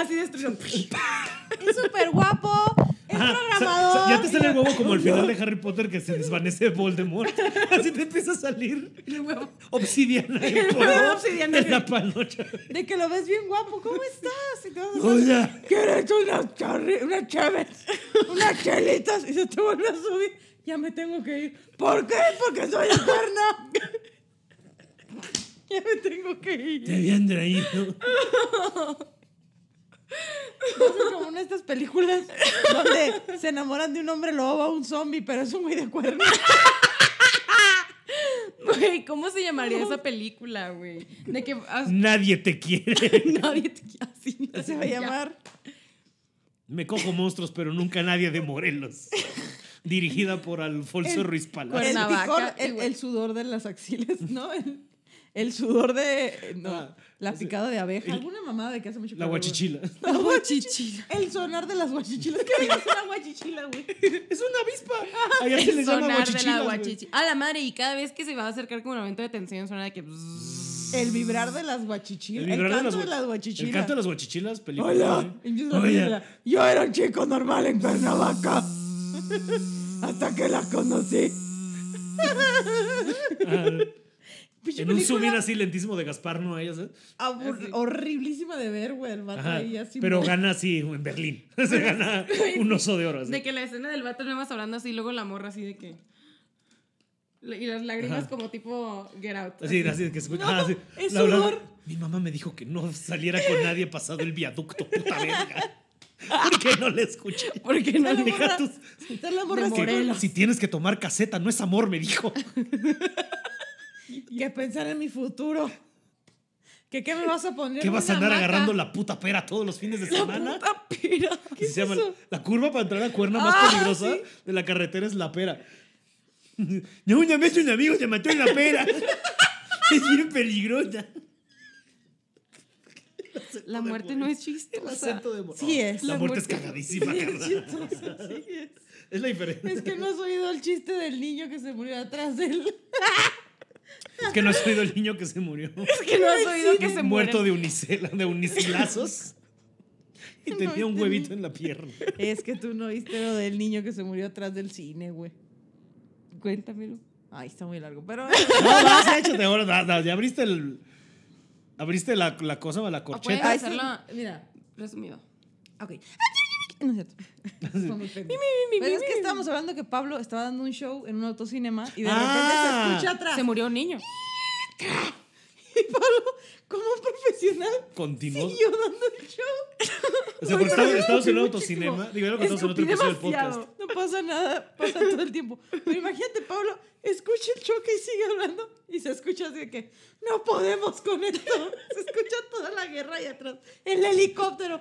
Así destruido. Es súper guapo. Es Ajá, programador. sa- sa- ya te sale el huevo como al final de Harry Potter que se desvanece Voldemort. Así te empieza a salir El huevo. obsidiana en El huevo polvo obsidiana. en la panocha. De que lo ves bien guapo. ¿Cómo estás? Y te vas a Hola. ¿Quieres unas charri- unas chaves? Unas chelitas y se te vuelve a subir. Ya me tengo que ir. ¿Por qué? Porque soy eterna. ya me tengo que ir. Te habían traído. No sé, como en estas películas donde se enamoran de un hombre lobo a un zombie, pero es un güey de cuerno. Güey, Güey, ¿cómo se llamaría esa película, güey? De que ah, Nadie te quiere. nadie te quiere así. Se va a llamar. Me cojo monstruos, pero nunca nadie de Morelos. Dirigida por Alfonso El- Ruiz El, Palacio. picor- Cuernavaca, el- güey. el sudor de las axilas, ¿no? El, el sudor de. No, Ah, la picada de abeja. el- Alguna mamada de que hace mucho La calor, güey. guachichila. La guachichila. El sonar de las guachichilas. ¿Qué es una guachichila, güey? Es una avispa. Allá se El les llama sonar de la guachichilas, güey. guachichi. A la madre, y cada vez que se va a acercar como un momento de tensión, suena de que. El vibrar de las guachichilas. El, canto de las guachichilas. guachichilas. El canto de las guachichilas, película. Hola. ¿eh? Empieza la Hola. película. Yo era un chico normal en Cuernavaca. Hasta que la conocí. Ah, Pinche en un subir película así lentísimo de Gaspar Noé, ya sabes. abur- Horriblísima de ver, güey. El vato Ajá, ahí así. pero muy- gana así en Berlín. Se gana un oso de oro. así. De que la escena del vato nada más hablando así, luego la morra así de que. Y las lágrimas como tipo Get Out. Así, así, que se escucha. No, ah, sí. es La- la- sudor. Mi mamá me dijo que no saliera con nadie pasado el viaducto, puta verga. ¿Por qué no le escuché? Porque no Está la le Hija, morra- tus- Está la morra De Es que así. Morelos. Si tienes que tomar caseta, no es amor, me dijo. Que pensar en mi futuro. Que qué me vas a poner. ¿Qué vas a una andar hamaca. agarrando la puta pera todos los fines de semana? puta pira. Así se llama la- la curva para entrar a cuerna más Ah, peligrosa de la carretera es la pera. Ya una vez un amigo se mató en la pera. es bien peligrosa. La muerte no es El chistosa. acento de Morelos. Sí oh, es. La La muerte es muerte- cagadísima, carnal. Es la diferencia. Es que no has oído el chiste del niño que se murió atrás de él. Es que no has oído el niño que se murió. Es que no has oído que se muere. Muerto de, unicel, de unicilazos. Y No, tenía un este huevito ni- en la pierna. Es que tú no viste lo del niño que se murió atrás del cine, güey. Cuéntamelo. Ay, está muy largo, pero... No, vas, échate ahora. da- da, ya abriste el. Abriste la, la cosa, la puedes corcheta. Ay, sí. hacerlo Mira, resumido. ok. No es cierto. Fue muy pendejo. Pero es que estábamos hablando que Pablo estaba dando un show en un autocinema y de Ah. repente se escucha atrás. Se murió un niño. Y Pablo, como un profesional, Continuó. siguió dando el show. o sea, porque estaba- estabas en un autocinema. Digo, ya lo contamos en otro Escupí episodio del demasiado. podcast. No pasa nada, pasa todo el tiempo. Pero imagínate, Pablo, escucha el choque y sigue hablando y se escucha así de que no podemos con esto. Se escucha toda la guerra y atrás el helicóptero.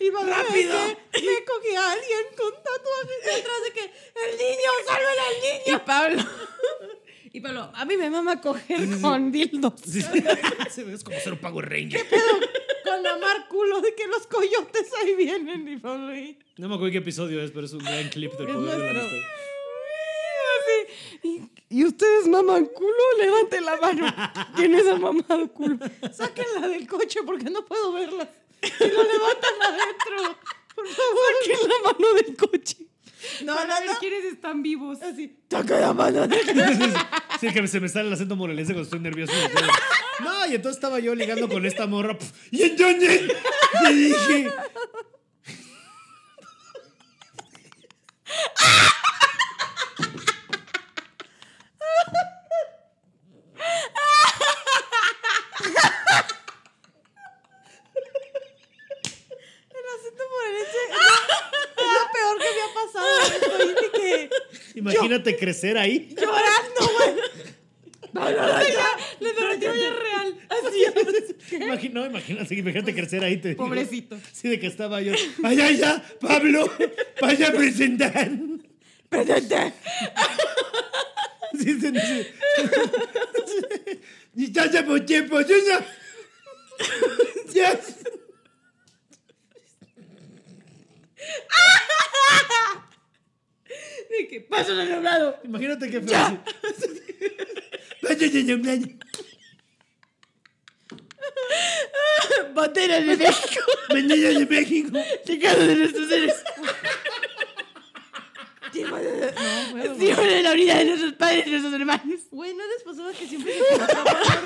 Y va rápido. Me cogí a alguien con tatuajes y atrás de que el niño, salven al niño. Y Pablo. Y Pablo, a mí me mama coger Mm. con dildos. Sí. Se ve es como ser un Power Ranger. Con amar culo de que los coyotes ahí vienen y Pablo ahí. No me acuerdo qué episodio es, pero es un gran clip del Es poder de la nuestro. amistad. Y, y ustedes maman culo, levante la mano. ¿Quién es el mamado culo? Sáquenla del coche porque no puedo verla. Si lo levantan adentro. Por favor. ¿Quién es la mano del coche? No, Para no, ver no. quiénes están vivos. Así. Saca la mano de Sí, que se me sale el acento morelense cuando estoy nervioso. No, y entonces estaba yo ligando con esta morra. pf, Y entonces le dije. acento morelense es lo- es lo peor que me ha pasado. Estoy de que Imagínate crecer ahí. llorando, güey. No, no, no, ya. La narrativa ya es real. Así Imagi- no, imagínate, imagínate crecer ahí. Te digo. Pobrecito. Sí, de que estaba yo. Vaya ya, Pablo, vaya a presentar. Presente. Sí, sí, sí. Y ya llevo tiempo, yo ya. Ya. De que paso en el hablado. Imagínate que fue así. Vaya, ya, ya, ya. Bandera de México. Mañana de México. Chicas de nuestros seres. No, güey. Sí, de la unidad de nuestros padres y nuestros hermanos. Güey, ¿no les pasaba que siempre se equivocaban?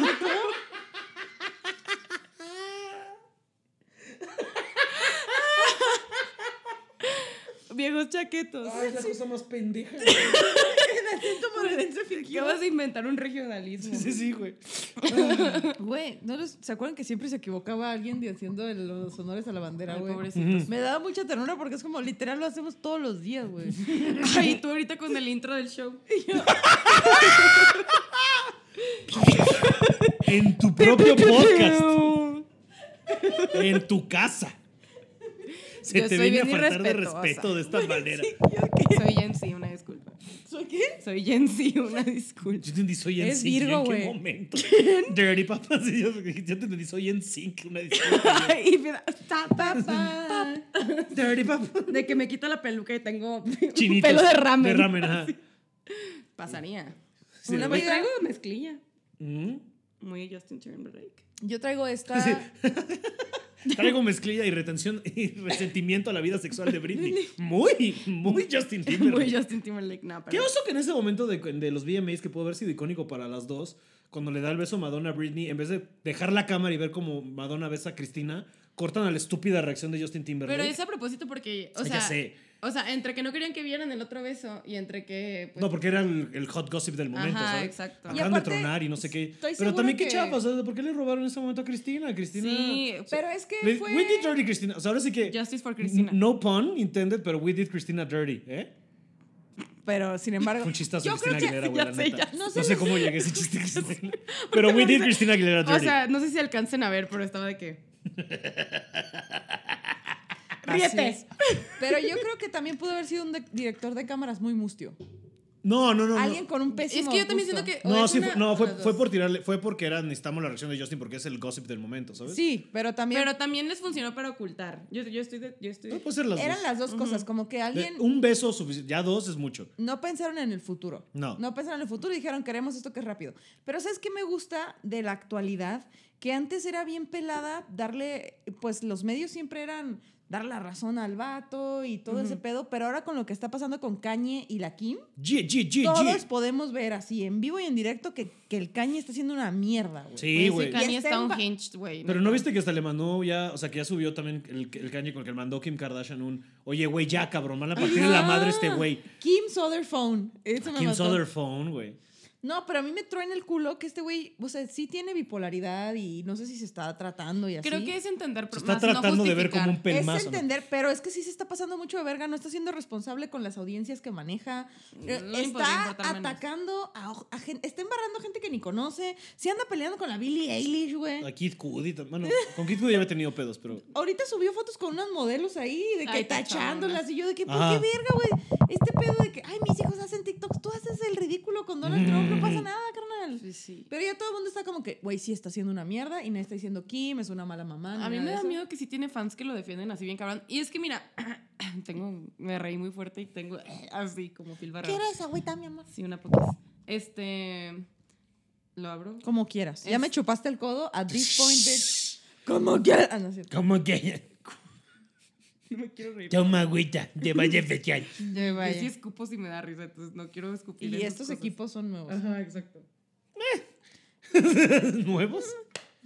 Viejos chaquetos. es la cosa más pendeja. En el acento morelense fingido. Acabas de inventar un regionalismo. Sí, sí, sí, güey. Güey, ¿no los- ¿se acuerdan que siempre se equivocaba alguien de haciendo el- los honores a la bandera, Ay, güey? pobrecitos. Me daba mucha ternura porque es como literal lo hacemos todos los días, güey. Ay, tú ahorita con el intro del show. En tu propio podcast. En tu casa. Se Yo te soy viene a bien faltar de irrespetuosa. respeto de esta manera. Soy Gen Z, una disculpa. ¿Soy qué? Soy Gen Z, una disculpa. Yo te entendí, soy en Es sync. ¿y Virgo, ¿En qué güey. momento? Dirty papas. y Yo, yo te entendí, soy en sync. Una disculpa. y mira, ta, pa, pa. Dirty papas. De que me quito la peluca y tengo Chinitos. pelo de ramen. De ramen, ajá. Pasaría. Sí, una ¿verdad? vez traigo mezclilla. Mm. Muy Justin Timberlake. Yo traigo esta. Traigo mezclilla y retención y resentimiento a la vida sexual de Britney. Muy, muy Justin Timberlake. Muy Justin Timberlake, no, Qué pero. oso que en ese momento de, de los VMAs, que pudo haber sido icónico para las dos, cuando le da el beso a Madonna a Britney, en vez de dejar la cámara y ver cómo Madonna besa a Cristina, cortan a la estúpida reacción de Justin Timberlake. Pero es a propósito porque, o Ah, sea, ya sé. o sea, entre que no querían que vieran el otro beso y entre que pues, No, porque era el, el hot gossip del momento, Ajá, ¿sabes? exacto. Y Acaban aparte, de tronar y no sé qué. estoy Pero segura también qué que- chafa, ¿sabes? ¿Por qué le robaron en ese momento a Cristina? Cristina... sí, Pero es que Le- fue. We did dirty Cristina. O sea, ahora sí que... Justice for Cristina. No pun intended, pero we did Cristina dirty, ¿eh? Pero sin embargo. Fue un chistazo Yo de Cristina creo que- Aguilera, güey, ya la neta. sé, ya sé. No sé, cómo llegué a ese chiste de Cristina. Pero we did Cristina Aguilera dirty. O sea, no sé si alcancen a ver, pero estaba de que así Ríete. es. Pero yo creo que también pudo haber sido un de- director de cámaras muy mustio. no, no, no. no. Alguien con un pésimo. Es que yo también gusto. siento que o No, es sí, una fue, no o fue, las dos. fue por tirarle, fue porque era, necesitamos la reacción de Justin porque es el gossip del momento, ¿sabes? Sí, pero también. Pero también les funcionó para ocultar. Yo, yo estoy de- yo estoy No, puede ser las eran dos. las dos cosas. Como que De- alguien. Un beso suficiente, ya dos es mucho. No pensaron en el futuro. No. No pensaron en el futuro y dijeron, queremos esto que es rápido. Pero ¿sabes qué me gusta de la actualidad? Que antes era bien pelada darle, pues los medios siempre eran dar la razón al vato y todo ese pedo, pero ahora con lo que está pasando con Kanye y la Kim, G, G, G, todos G. podemos ver así en vivo y en directo que, que el Kanye está haciendo una mierda, güey. Sí, Oye, güey. sí, Kanye Y está está en ba- unhinged, güey. Pero no viste que hasta le mandó ya, o sea, que ya subió también el, el Kanye con el que le mandó Kim Kardashian un, oye, güey, ya, cabrón, van a partirle la madre a este güey. Kim's other phone. Eso me Kim's mató. other phone, güey. No, pero a mí me en el culo que este güey, o sea, sí tiene bipolaridad y no sé si se está tratando y así. Creo que es entender Se pero está más tratando no de ver como un justificar. pelmazo. Es ¿no? entender, pero es que sí se está pasando mucho de verga, no está siendo responsable con las audiencias que maneja, No eh, le está podría importar menos. atacando a, o- a gen- está embarrando a gente que ni conoce, se anda peleando con la Billie Eilish, A güey. Kid Cudi, tam- bueno, con Kid Cudi ya había tenido pedos, pero... Ahorita subió fotos con unas modelos ahí, de que Ay, tachándolas, y yo de que, ¿por Ajá. qué verga, güey? Este pedo de que, ay, mis hijos hacen TikToks, tú haces el ridículo con Donald Trump, no Mm. pasa nada, carnal. Sí, Pues sí. Pero ya todo el mundo está como que, güey, sí está haciendo una mierda, y nadie está diciendo Kim, es una mala mamá. ni A mí nada me de da Ah, eso. miedo que sí tiene fans que lo defienden así bien cabrón. Y es que mira, tengo, me reí muy fuerte y tengo así como Phil Barrera. ¿Quieres agüita, mi amor? Sí, una poquita. Este, lo abro. Como quieras. Ya Es- me chupaste el codo. At this point, bitch. Como quieras. Ah, no es cierto. Como que... No me quiero reír. Toma agüita, te vaya especial. De Yo vaya. sí escupo si me da risa, entonces no quiero escupir. Y esas estos cosas. equipos son nuevos. Ajá, exacto. ¿Nuevos?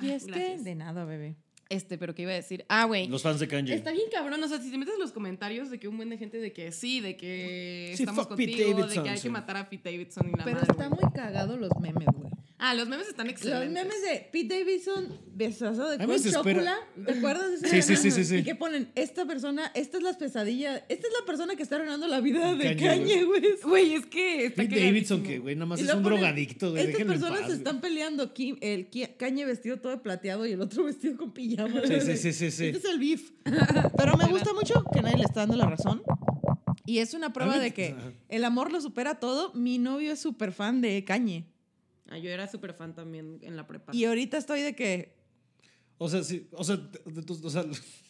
Y es que. Gracias. De nada, bebé. Este, pero ¿qué iba a decir? Ah, güey. Los fans de Kanye. Está bien cabrón, o sea, si te metes en los comentarios de que un buen de gente de que sí, de que Sí, estamos fuck Pete contigo, de Davidson, que hay sí. que matar a Pete Davidson y la Pero madre, está güey. muy cagado los memes, güey. Ah, los memes están excelentes. Los memes de Pete Davidson, besazo de mí con se espera. chocola. ¿Te acuerdas de ese Sí, sí, sí, sí, meme? sí. Y que ponen, esta persona, esta es la pesadilla, esta es la persona que está arruinando la vida de Kanye, Kanye, güey. Güey, es que está Pete Davidson, cagadísimo. que güey, nada más Y es luego un ponen, drogadicto, güey. Estas déjenlo en personas paz, se están peleando. Kim- el Ki- Kanye vestido todo de plateado y el otro vestido con pijama. Sí, sí, sí, sí, sí. Este es el beef. Pero me gusta mucho que nadie le está dando la razón. Y es una A prueba mí- de que Ajá. el amor lo supera todo. Mi novio es súper fan de Kanye. Ah, yo era súper fan también en la prepa. Y ahorita estoy de que. O sea, sí, o sea, t- t- t- o sea,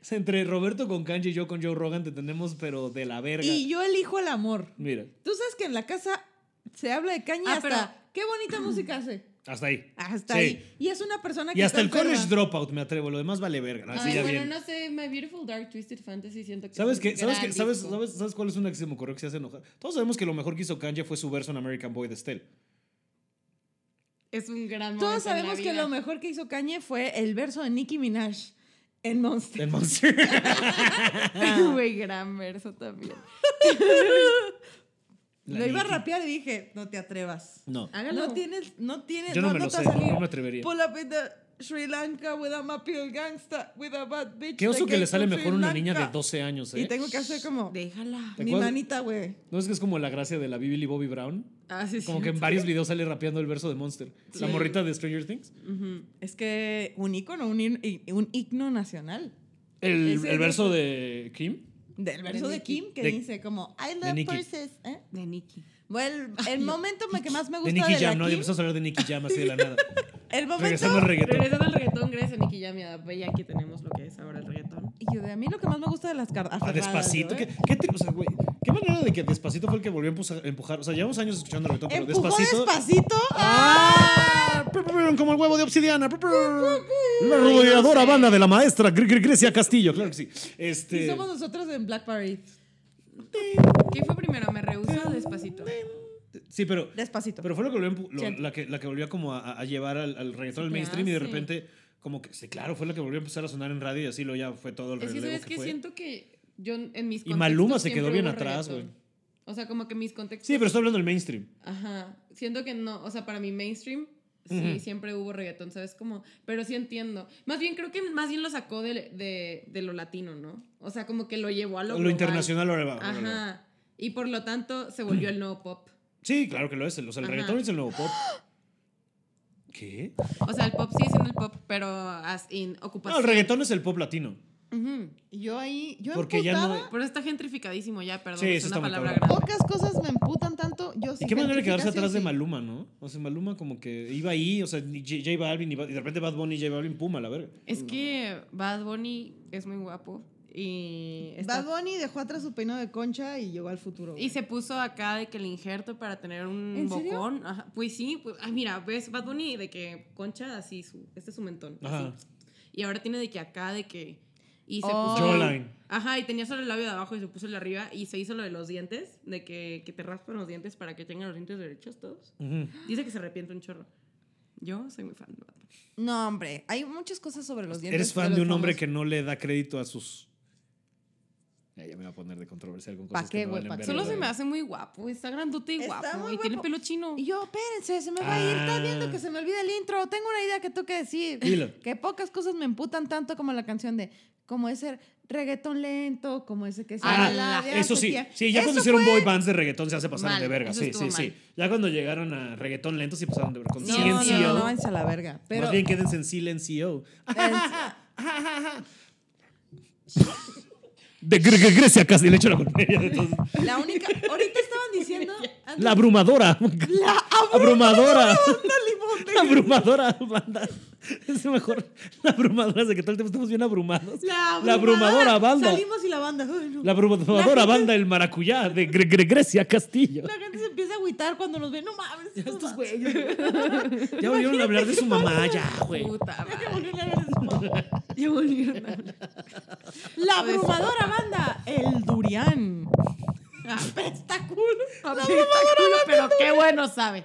o sea, entre Roberto con Kanye y yo con Joe Rogan te tenemos, pero de la verga. Y yo elijo el amor. Mira, Tú sabes que en la casa se habla de Kanye Ah, hasta. pero- ¡Qué bonita música hace! hasta ahí. Hasta Sí. ahí. Y es una persona que. Y está hasta el enferma. college dropout me atrevo, lo demás vale verga. Así Ay, Ah, ya bueno, bien. no sé, My Beautiful Dark Twisted Fantasy siento que ¿Sabes es qué? un ¿Sabes gran qué? ¿Sabes, disco. sabes, ¿Sabes cuál es una que se me ocurrió que se hace enojar? Todos sabemos que lo mejor que hizo Kanye fue su verso en American Boy de Estelle. Es un gran momento Todos en la sabemos que vida. lo mejor que hizo Kanye fue el verso de Nicki Minaj en Monster. En Monster. Güey, gran verso también. La lo iba a Nikki. rapear y dije, no te atrevas. No. Hágalo. No tienes, no tienes, Yo no, me lo te sé, va a salir. no me atrevería. Pull up in the Sri Lanka with a mapiel gangsta with a bad bitch. Qué oso that que le came sale from mejor Sri una niña de Lanka. 12 años, ¿eh? Y tengo que hacer como, Déjala. ¿Te mi acuerdas? manita, güey. ¿No es que es como la gracia de la Bibi Bobby Brown? Ah, sí, Como sí. que en varios videos sale rapeando el verso de Monster. La Sí. morrita de Stranger Things. Ujú. Es que un ícono, un, hin- i- un himno nacional. El, Ese el es verso de Kim. Del verso de, Nicki. Kim que De- dice como, I de love Nicki. purses. ¿eh? De Nikki. Bueno, el, el momento me- que más me De gusta Nicky de la Jam, ¿no? Y Kim, empezamos a hablar de Nicky Jam así de la nada. el momento... Regresando al reggaetón. Regresando al reggaetón, gracias a Nikki ya mi adapé y aquí tenemos lo que es ahora el reggaetón. Y yo, de a mí lo que más me gusta de las cartas. A Ah, despacito. ¿Qué, qué, te- o sea, güey, ¿qué manera de que despacito fue el que volvió a empuja- empujar? O sea, llevamos años escuchando reggaetón, pero Empujó despacito. despacito. ¡Ah! Como el huevo de obsidiana. La arrolladora banda de la maestra Gre- Gre- Grecia Castillo, claro que sí. Y Este. somos nosotros en Black Parade. ¿Qué fue primero? ¿Me rehusó o despacito? Sí, pero. Despacito. Pero fue lo que volvió, a empu- lo- Siempre. la, que, la que volvió como a, a llevar al, al reggaetón, Se al te mainstream, y de hace. repente, como que, sí, claro, fue la que volvió a empezar a sonar en radio y así lo ya fue todo el Es que relevo sabes que que fue. siento que yo en mis Y Maluma contextos se quedó siempre bien hubo atrás, reggaetón. güey. O sea, como que mis contextos. Sí, pero estoy hablando del mainstream. Ajá. Siento que no, o sea, para mi mainstream sí Ujú. siempre hubo reggaetón, ¿sabes cómo? Pero sí entiendo. Más bien creo que más bien lo sacó de, de, de lo latino, ¿no? O sea, como que lo llevó a lo, Lo, global. internacional ahora va. ahora va. Ajá. Y por lo tanto se volvió el nuevo pop. Sí, claro que lo es. el- O sea, el Ajá. Pues reggaetón es el nuevo pop. ¿Qué? O sea, el pop sigue siendo el pop, pero as in No, ocupación. el reggaetón es el pop latino. Ujú. Y yo ahí, yo Porque ya no. emputada, Pero está gentrificadísimo ya, perdón, Sí, es eso una está muy palabra cabrón. grande. Pocas cosas me emputan tanto. Yo ¿Y sin qué manera de quedarse justificación, atrás de sí. Maluma, no? O sea, Maluma como que iba ahí, o sea, ni J, J Balvin y, Bad- y de repente Bad Bunny y J Balvin, puma, la verga. Es que Bad Bunny es muy guapo y está- Bad Bunny dejó atrás su peinado de concha y llegó al futuro. güey. y se puso acá de que el injerto para tener un ¿En serio? bocón. Ajá. Pues sí, pues, ay, mira, ves Bad Bunny de que concha así, su, este es su mentón. Ajá. así. Y ahora tiene de que acá de que. Y se Oh. puso. Jawline. Ajá, y tenía solo el labio de abajo y se puso el de arriba y se hizo lo de los dientes, de que, que te raspan los dientes para que tengan los dientes derechos todos. Ujú. Dice que se arrepiente un chorro. Yo soy muy fan de Bad Bunny. No, hombre, hay muchas cosas sobre los dientes. Pues, Eres fan los de un hombre famosos. que no le da crédito a sus. Ya, ya me va a poner de controversial con ¿Pa cosas qué, que no güey? valen ¿Pa qué? verga, Solo se me güey. hace muy guapo. Está grandote y Está guapo. muy y tiene guapo. pelo chino. Y yo, espérense, se me va a ir. Estás Ah. viendo que se me olvida el intro. Tengo una idea que tengo que decir. Dilo. Que pocas cosas me emputan tanto como la canción de. Como ese reggaetón lento, como ese que se. Ah, la- la- Eso sí, la- sí, ya cuando Eso hicieron boy bands de reggaetón se hace pasar Mal, de verga. eso Sí, sí, estuvo sí. mal. Ya cuando llegaron a reggaetón lento sí pasaron de verga. Con No, Silencio. no, no, no, váyanse a la verga. Pero Más bien quédense en Silencio. De Gre- Gre- Grecia casi le echo la culpa. a ella de todo. la única. Ahorita estaban diciendo. La abrumadora. La abrumadora. La abrumadora banda. Es lo mejor. La abrumadora es de que todo el tiempo estamos bien abrumados. La abrumadora banda. Salimos y la banda. ay, no. La abrumadora banda El Maracuyá de Gre- Gre- Grecia Castillo. La gente se empieza a agüitar cuando nos ve. No mames. Ya no estos mames. güeyes. Ya volvieron a hablar de su mamá, ya, güey. Puta madre. Ya volvieron a hablar. La abrumadora banda, el durián. Apesta culo. pero qué bueno sabe.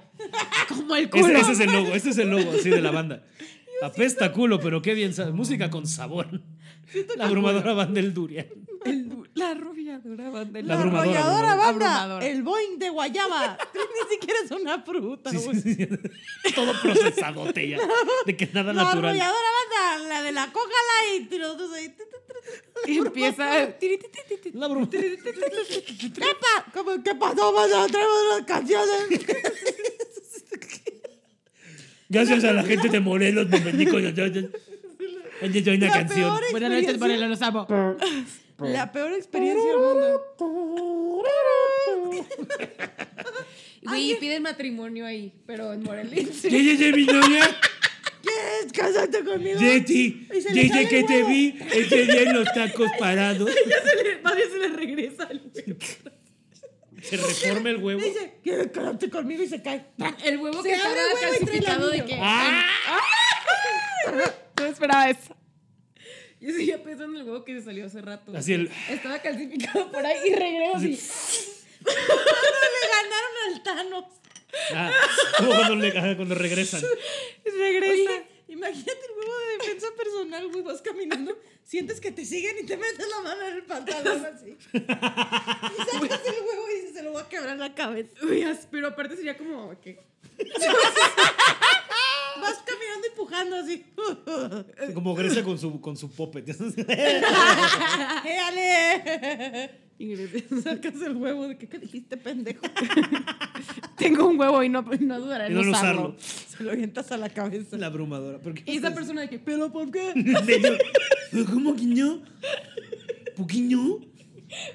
Como el culo. Ese, ese es el logo, ese es el logo así de la banda. Apesta culo, pero qué bien sabe. Música con sabor. La abrumadora banda El Durian. la rubia duraba de La La, abrumadora, arrolladora abrumadora. banda, Abrumadora. el Boeing de Guayaba. Ni siquiera es una fruta, Sí, güey. sí, sí. Todo procesadote ya. De que nada La natural. arrolladora banda, la de la cójala y nosotros ahí. tu, tu, tu, Y empieza. La abrumadora. tu, tu. ¡Epa! ¿Cómo, ¿Qué pasó? Bueno, traemos las canciones. Gracias a la gente de Morelos, me vendí con nosotros. Oye, yo una La canción. peor Buenas noches, experiencia- Morelo, los amo. La peor experiencia del mundo. Güey, piden matrimonio ahí, pero en Morelia. Yeye de mi novia, ¿Quieres casarte conmigo? Yeti. Y se le sale Yeye el que te huevo. vi ese día en los tacos parados. Más bien se le regresa el huevo. Se reforma el huevo. Dice, ¿quieres casarte conmigo? Y se cae. El huevo Se que abre estaba el huevo y trae el calcificado de anillo. que. ¡Ah! No esperaba eso. Yo seguía pensando en el huevo que se salió hace rato. Así el. Estaba calcificado por ahí y regreso y. Le ganaron al Thanos. Ah, como cuando, le- ajá, cuando regresan. Regresa. Oye, imagínate el huevo de defensa personal, güey. Vas caminando, sientes que te siguen y te metes la mano en el pantalón así. Y sacas el huevo y dices, se lo voy a quebrar la cabeza. qué. Vas caminando empujando así. Como Grecia con su, con su puppet. ¡Éale! Y sacas el huevo de que ¿qué dijiste, pendejo. Tengo un huevo y no, no duraré Y en no usarlo. usarlo. Se lo avientas a la cabeza. La abrumadora. ¿Por qué Y esa haces? persona de que, ¿Pero por qué? Niño, ¿Cómo guiñó? ¿Puquiñó?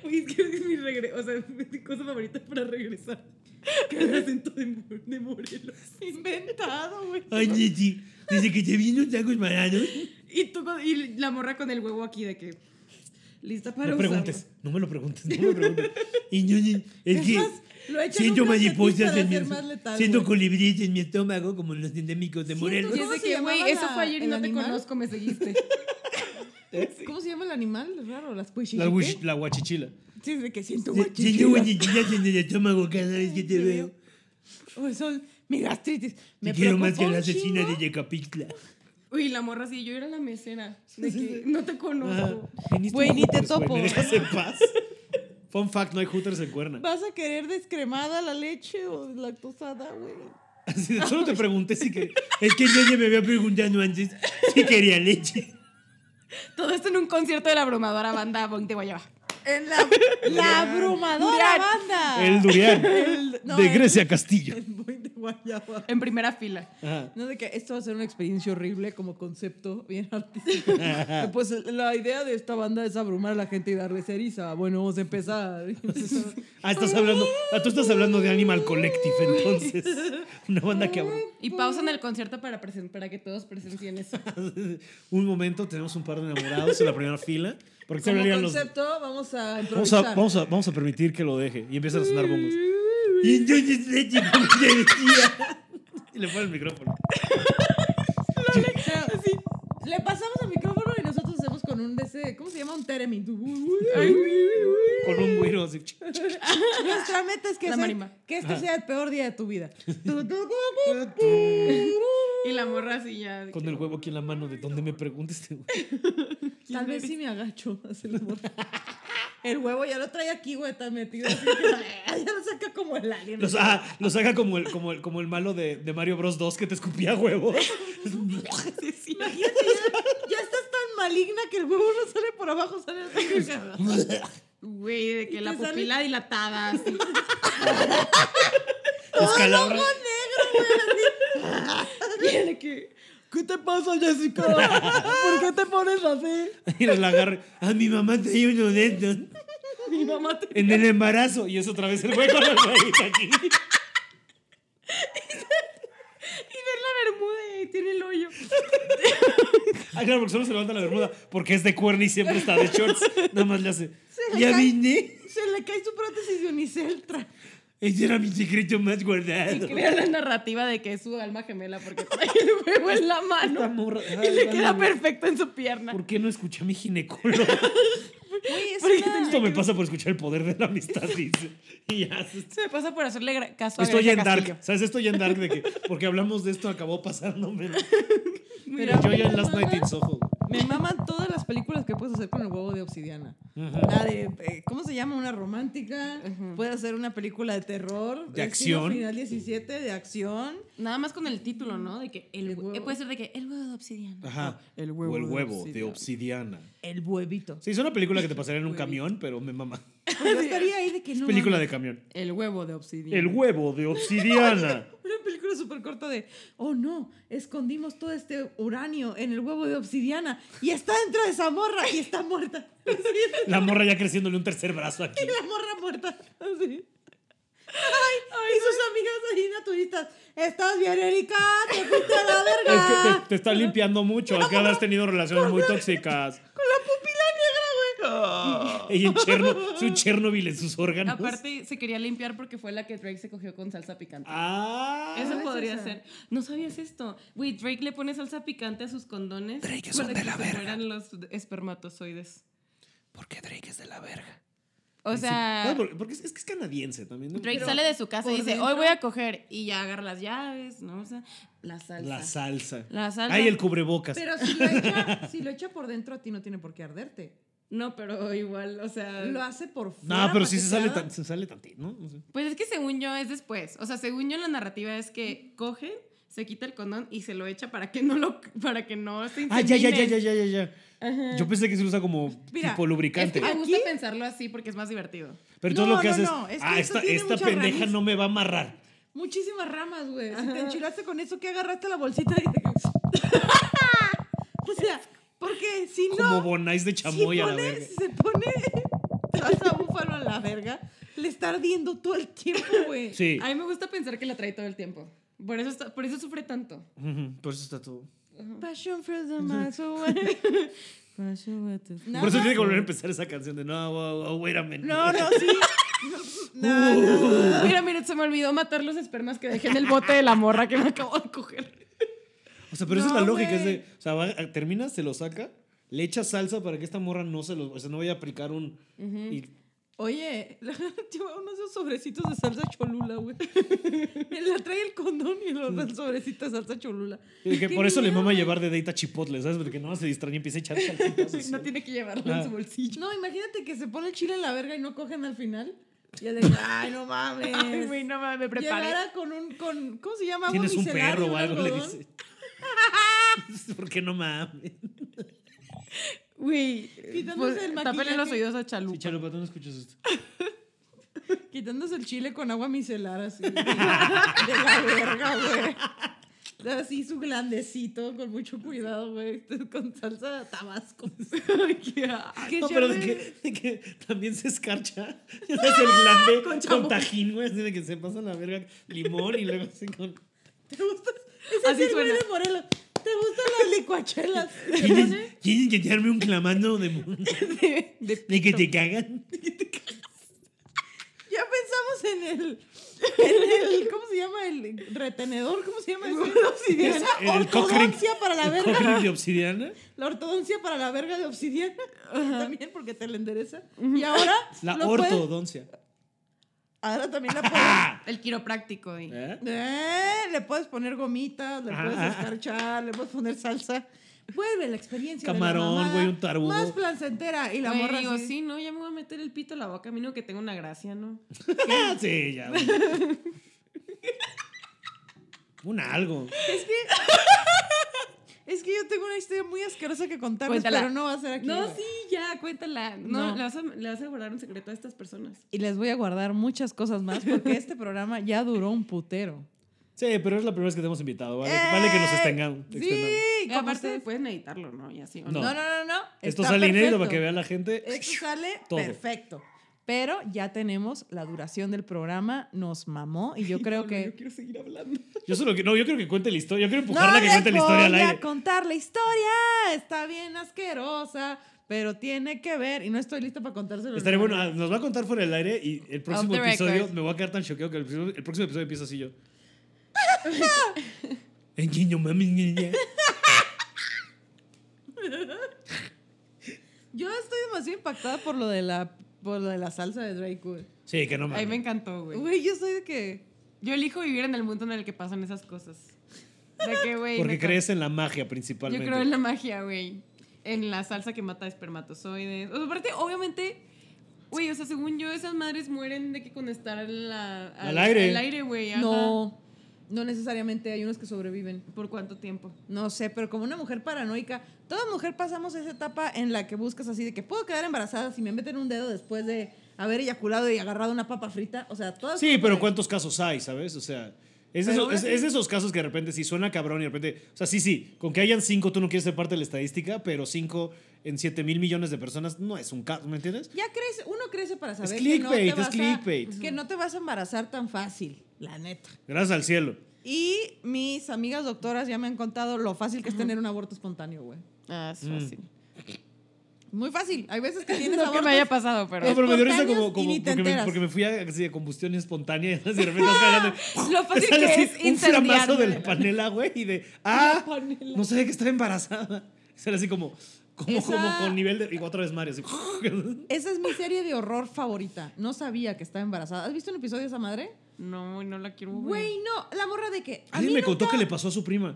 Uy, es que es mi regreso. O sea, mi cosa favorita para regresar. Que el acento de, Mo- de Morelos. inventado, güey. Ay, Neti, desde que te vino tacos marados. Y, tú con- y la morra con el huevo aquí de que, lista para No usarlo. preguntes, no me lo preguntes, no me lo preguntes. Y yo, ni- es Es que más, lo echan siento un calcetín mariposas para en mi ser más letal, siento güey. colibríes en mi estómago como los endémicos de Morelos. Y es ¿Cómo de se que, llamaba güey, eso la- fue ayer y el no animal? te conozco, me seguiste. ¿Cómo se llama el animal? Es raro, las puchilas. La, guach- la guachichila. Sí, de que siento Se- Siento guachichilas en el estómago cada vez que te veo. O son mi gastritis. Te quiero más que preocupa la un chingo. asesina de Yecapixtla. Uy, la morra sí, yo era la mesera. De que, no te conozco. Ah, viniste Güey, en ni te Hooters, güey, topo. ¿Me dejas en paz? Fun fact, no hay Hooters en Cuerna. ¿Vas a querer descremada la leche o lactosada, güey? Así de, solo te pregunté si quería. Es que nadie me había preguntado antes si quería leche. Todo esto en un concierto de la abrumadora banda Bon de Guayaba. En la, ¡La abrumadora Durian. banda! El durian. Ah. El- no, de el- Grecia Castillo. El boy de guayaba. En primera fila. Ajá. No, de que esto va a ser una experiencia horrible como concepto, bien artístico. pues la idea de esta banda es abrumar a la gente y darle ceriza. Bueno, vamos a empezar. Ah, estás hablando. Ah, tú estás hablando de Animal Collective, entonces. Una banda que. abru- Y pausan el concierto para, presen- para que todos presencien eso. Un momento, tenemos un par de enamorados en la primera fila. Porque se Como hablarían los. concepto, vamos a Vamos improvisar. a, vamos, a, vamos a permitir que lo deje. Y empiezan a sonar bombos. Y entonces leche, como te decía. Y le pone el micrófono. O sea, Le pasamos el micrófono y nosotros hacemos con un de ese, ¿cómo se llama? Un teremin. Con un güiro así. Nuestra meta es que, La sea- marimba. que este sea el peor día de tu vida. Y la morra así ya. de Con que- el huevo aquí en la mano, de donde me este preguntes. te- Tal vez sí me agacho. a hacer el amor. El huevo ya lo trae aquí, güey, tan metido. así que, ya lo saca como el alien. Los, ah, los haga como el, como el, como el malo de, de Mario Bros 2 que te escupía huevos. Imagínate, ya, ya estás tan maligna que el huevo no sale por abajo, sale así. Güey, de que Y la te sale- pupila dilatada. así. Escalabra. Y de que, ¿Qué te pasa, Jessica? ¿Por qué te pones así? Y la agarra. A mi mamá traía uno de estos Mi mamá te en el embarazo. Y es otra vez el huevo. la huevita aquí. Y ven la bermuda y tiene el hoyo. Ah, claro, porque solo se levanta la bermuda. Porque es de cuerno y siempre está de shorts. Nada más le hace. Ya vine. Se le cae su prótesis de Uniceltra. Ese era mi secreto más Y guardado. crea la narrativa de que es su alma gemela porque trae el huevo en la Esta mano. morra- Y Ay, le queda válgame. perfecto en su pierna. ¿Por qué no escuché a mi ginecólogo? Güey, es una- Esto me pasa por escuchar el poder de la amistad, dice. Y ya se Se me pasa por hacerle gra- caso a Estoy ya Grecia en Castillo. dark, ¿sabes? Estoy ya en dark de que porque hablamos de esto acabó pasándome. Pero- yo ya en Last Night in Soho. Me maman todas las películas que puedes hacer con el huevo de obsidiana. La de, eh, ¿cómo se llama? Una romántica. Puedes hacer una película de terror. estilo De acción. Final 17, de acción. Nada más con el título, ¿no? De que el, El hue- huevo. Puede ser de que el huevo de obsidiana. Ajá. Ah, El huevo o el de huevo de obsidiana. obsidiana. El huevito. Sí, es una película que te pasaría en un camión, pero me mama. Pues yo estaría ahí de que no. Película mames. de camión. El huevo de obsidiana. El huevo de obsidiana. Una película súper corta de, oh no, escondimos todo este uranio en el huevo de obsidiana y está dentro de esa morra y está muerta. Así, La morra ya creciéndole un tercer brazo aquí. y la morra muerta. Así. Ay, y sus amigas ahí naturistas. ¿Estás bien, Erika? ¡Te fuiste a la Es verga! que te, te está limpiando mucho. Acá has tenido relaciones muy tóxicas. Con la pupila negra, güey. Ella en Cherno, su Chernobyl en sus órganos. Aparte, se quería limpiar porque fue la que Drake se cogió con salsa picante. Ah. Eso es podría esa. ser. No sabías esto. Güey, Drake le pone salsa picante a sus condones. Drake es para un de que la se verga. fueran los espermatozoides. ¿Por qué Drake es de la verga? O sea, No, porque, porque es, es que es canadiense también. ¿no? Drake Pero- sale de su casa y por dice, dentro- hoy voy a coger. Y ya agarra las llaves, ¿no? O sea, la salsa. La salsa. La salsa. Ay, el cubrebocas. Pero si lo, echa, si lo echa por dentro, a ti no tiene por qué arderte. No, pero igual, o sea. Lo hace por fuera. No, pero sí para se que sale, haga- tan- se sale tantito, ¿no? No sé. Pues es que según yo es después. O sea, según yo la narrativa es que coge, se quita el condón y se lo echa para que no lo para que no se Ah, ya, ya, ya, insemine. ya, ya, ya, ya. Yo pensé que se usa como Mira, tipo Es lubricante. que me gusta Aquí- pensarlo así porque es más divertido. Pero entonces No, lo que no, haces, no, es que ah, eso esta, tiene esta muchas pendeja raíces". no me va a amarrar. Muchísimas ramas, güey. Si te enchilaste con eso, ¿qué agarraste la bolsita y te... o sea, porque si Como no, bonais de si, chamoy a la pone, verga. si se pone salsa búfalo a la verga, le está ardiendo todo el tiempo, güey. Sí. A mí me gusta pensar que la trae todo el tiempo. Por eso, está- por eso sufre tanto. Ujú, Por eso está todo. Passion for the muscle, güey. Passion with the- Por eso tiene que volver a empezar esa canción de no, wow, wow, wait a minute. No, no, sí. No, no, no. Uh. Mira, mira, se me olvidó matar los espermas que Uh. dejé en el bote de la morra que me acabo de coger. O sea, pero esa es No, la lógica. Es güey. de, o sea, va- termina, se lo saca, le echa salsa para que esta morra no se lo. O sea, no vaya a aplicar un. y- Oye, lleva unos de esos sobrecitos de salsa cholula, güey. la trae el condón y los sobrecitos de salsa cholula. y que Qué por eso le miedo, mama güey. llevar de date a Chipotle, ¿sabes? Porque no se distrae y empieza a echar salsitas. así. No tiene que llevarlo Ah. en su bolsillo. No, imagínate que se pone el chile en la verga y no cogen al final. Y ya de, ay, no mames. Ay, güey, no mames, me preparé. Llegara con un, con, ¿cómo se llama? Agua Tienes un micelar y perro o algo, le algodón. dice. ¿Por qué no mames? Güey, Quitándose el tápale maquillaje. los oídos a Chalupa. Sí, Chalupa, tú no escuchas esto. Quitándose el chile con agua micelar así. De la verga, güey. Así su glandecito, con mucho cuidado, güey. Con salsa de tabasco. Que No, yo pero me- de que, de que también se escarcha. Le hace el glande con, chamoy. tajín, güey. Así de que se pasa la verga limón y luego así con. ¿Te gusta? Ese Así es el güey suena. de Morelos. ¿Te gustan las licuachelas? ¿Quieren quieren inyectarme un clamando de, de, de de que pito. te cagan? Ya pensamos en el, en el. ¿Cómo se llama? El retenedor. ¿Cómo se llama? eso? Es Esa el Cochrane- ortodoncia para la el verga. Cochrane de obsidiana. La ortodoncia para la verga de obsidiana. También porque te la endereza. Y ahora. La lo puedes- ortodoncia. ahora también la puedes. El quiropráctico. y- ¿Eh? Eh, le puedes poner gomitas, le puedes Ah. escarchar, le puedes poner salsa. Vuelve la experiencia. de la Camarón, mamada, güey, un tarugo. Más placentera. Y la Güey, morra. digo, así. sí, no, ya me voy a meter el pito a la boca. A mí no que tengo una gracia, ¿no? sí, ya. güey. Un algo. Es que yo tengo una historia muy asquerosa que contarles, Cuéntala. pero no va a ser aquí. No, güey. sí, ya, cuéntala. No, No. Le, vas a, le vas a guardar un secreto a estas personas. Y les voy a guardar muchas cosas más porque este programa ya duró un putero. Sí, pero es la primera vez que te hemos invitado. Vale, vale que nos ¡Eh! extengamos. extendamos. Sí, Y como aparte pues, ustedes- pueden editarlo, ¿no? Y así. ¿o No. no. No, no, no, no. Esto está sale inédito perfecto. para que vea la gente. Esto sale Todo. perfecto. Pero ya tenemos la duración del programa, nos mamó y yo creo Híjole, que. Yo quiero seguir hablando. Yo solo que, no, yo quiero que cuente la historia. Yo quiero no empujarla a que les cuente la historia al voy aire. a contar la historia. Está bien asquerosa, pero tiene que ver. Y no estoy lista para contárselo. Estaría bueno, ah, nos va a contar fuera del aire y el próximo the episodio record. me voy a quedar tan choqueado que el, próximo- el próximo episodio empieza así yo. En niño, mami, niña. Yo estoy demasiado impactada por lo de la, por lo de la salsa de Drake. güey. Sí, que no A mí me mames. encantó, güey. Güey, yo soy de que. Yo elijo vivir en el mundo en el que pasan esas cosas. De que, güey. Porque neta, crees en la magia Yo principalmente. creo en la magia, güey. En la salsa que mata espermatozoides. O sea, aparte, obviamente. Güey, o sea, según yo, esas madres mueren de que con estar en la- al, Al aire. Al aire, güey. ajá. No, no necesariamente. Hay unos que sobreviven. ¿Por cuánto tiempo? No sé, pero como una mujer paranoica, toda mujer pasamos esa etapa en la que buscas así de que puedo quedar embarazada si me meten un dedo después de haber eyaculado y agarrado una papa frita. O sea, todas. Sí, pero ¿cuántos casos hay, sabes? O sea, es Pero de, esos, es- ahora sí. es de esos casos que de repente sí suena cabrón y de repente. O sea, sí, sí, con que hayan cinco, tú no quieres ser parte de la estadística, pero cinco en siete mil millones de personas no es un caso, ¿me entiendes? Ya crece, uno crece para saber Es que no te clickbait, vas es a- clickbait. que no te vas a embarazar tan fácil, la neta. Gracias al cielo. Y mis amigas doctoras ya me han contado lo fácil que es tener un aborto espontáneo, güey. Ah, es fácil. Muy fácil. Hay veces que tienes No que abortos. me haya pasado, pero. No, pero me dio risa Espontáneos como, y como ni te porque, me, enteras. porque me fui a, así, de combustión espontánea y de repente vas cagando y- Lo Te fácil sale que así es un flamazo de la incendiarme. panela, güey, y de, ah, panela. no sabía que estaba embarazada. Será así como, como, Esa- como con nivel de, y otra vez Mario, así. Esa es mi serie de horror favorita. No sabía que estaba embarazada. ¿Has visto un episodio de esa madre? No, no la quiero, Güey, güey. no. La morra de que. a Alguien mí me contó nunca- que le pasó a su prima.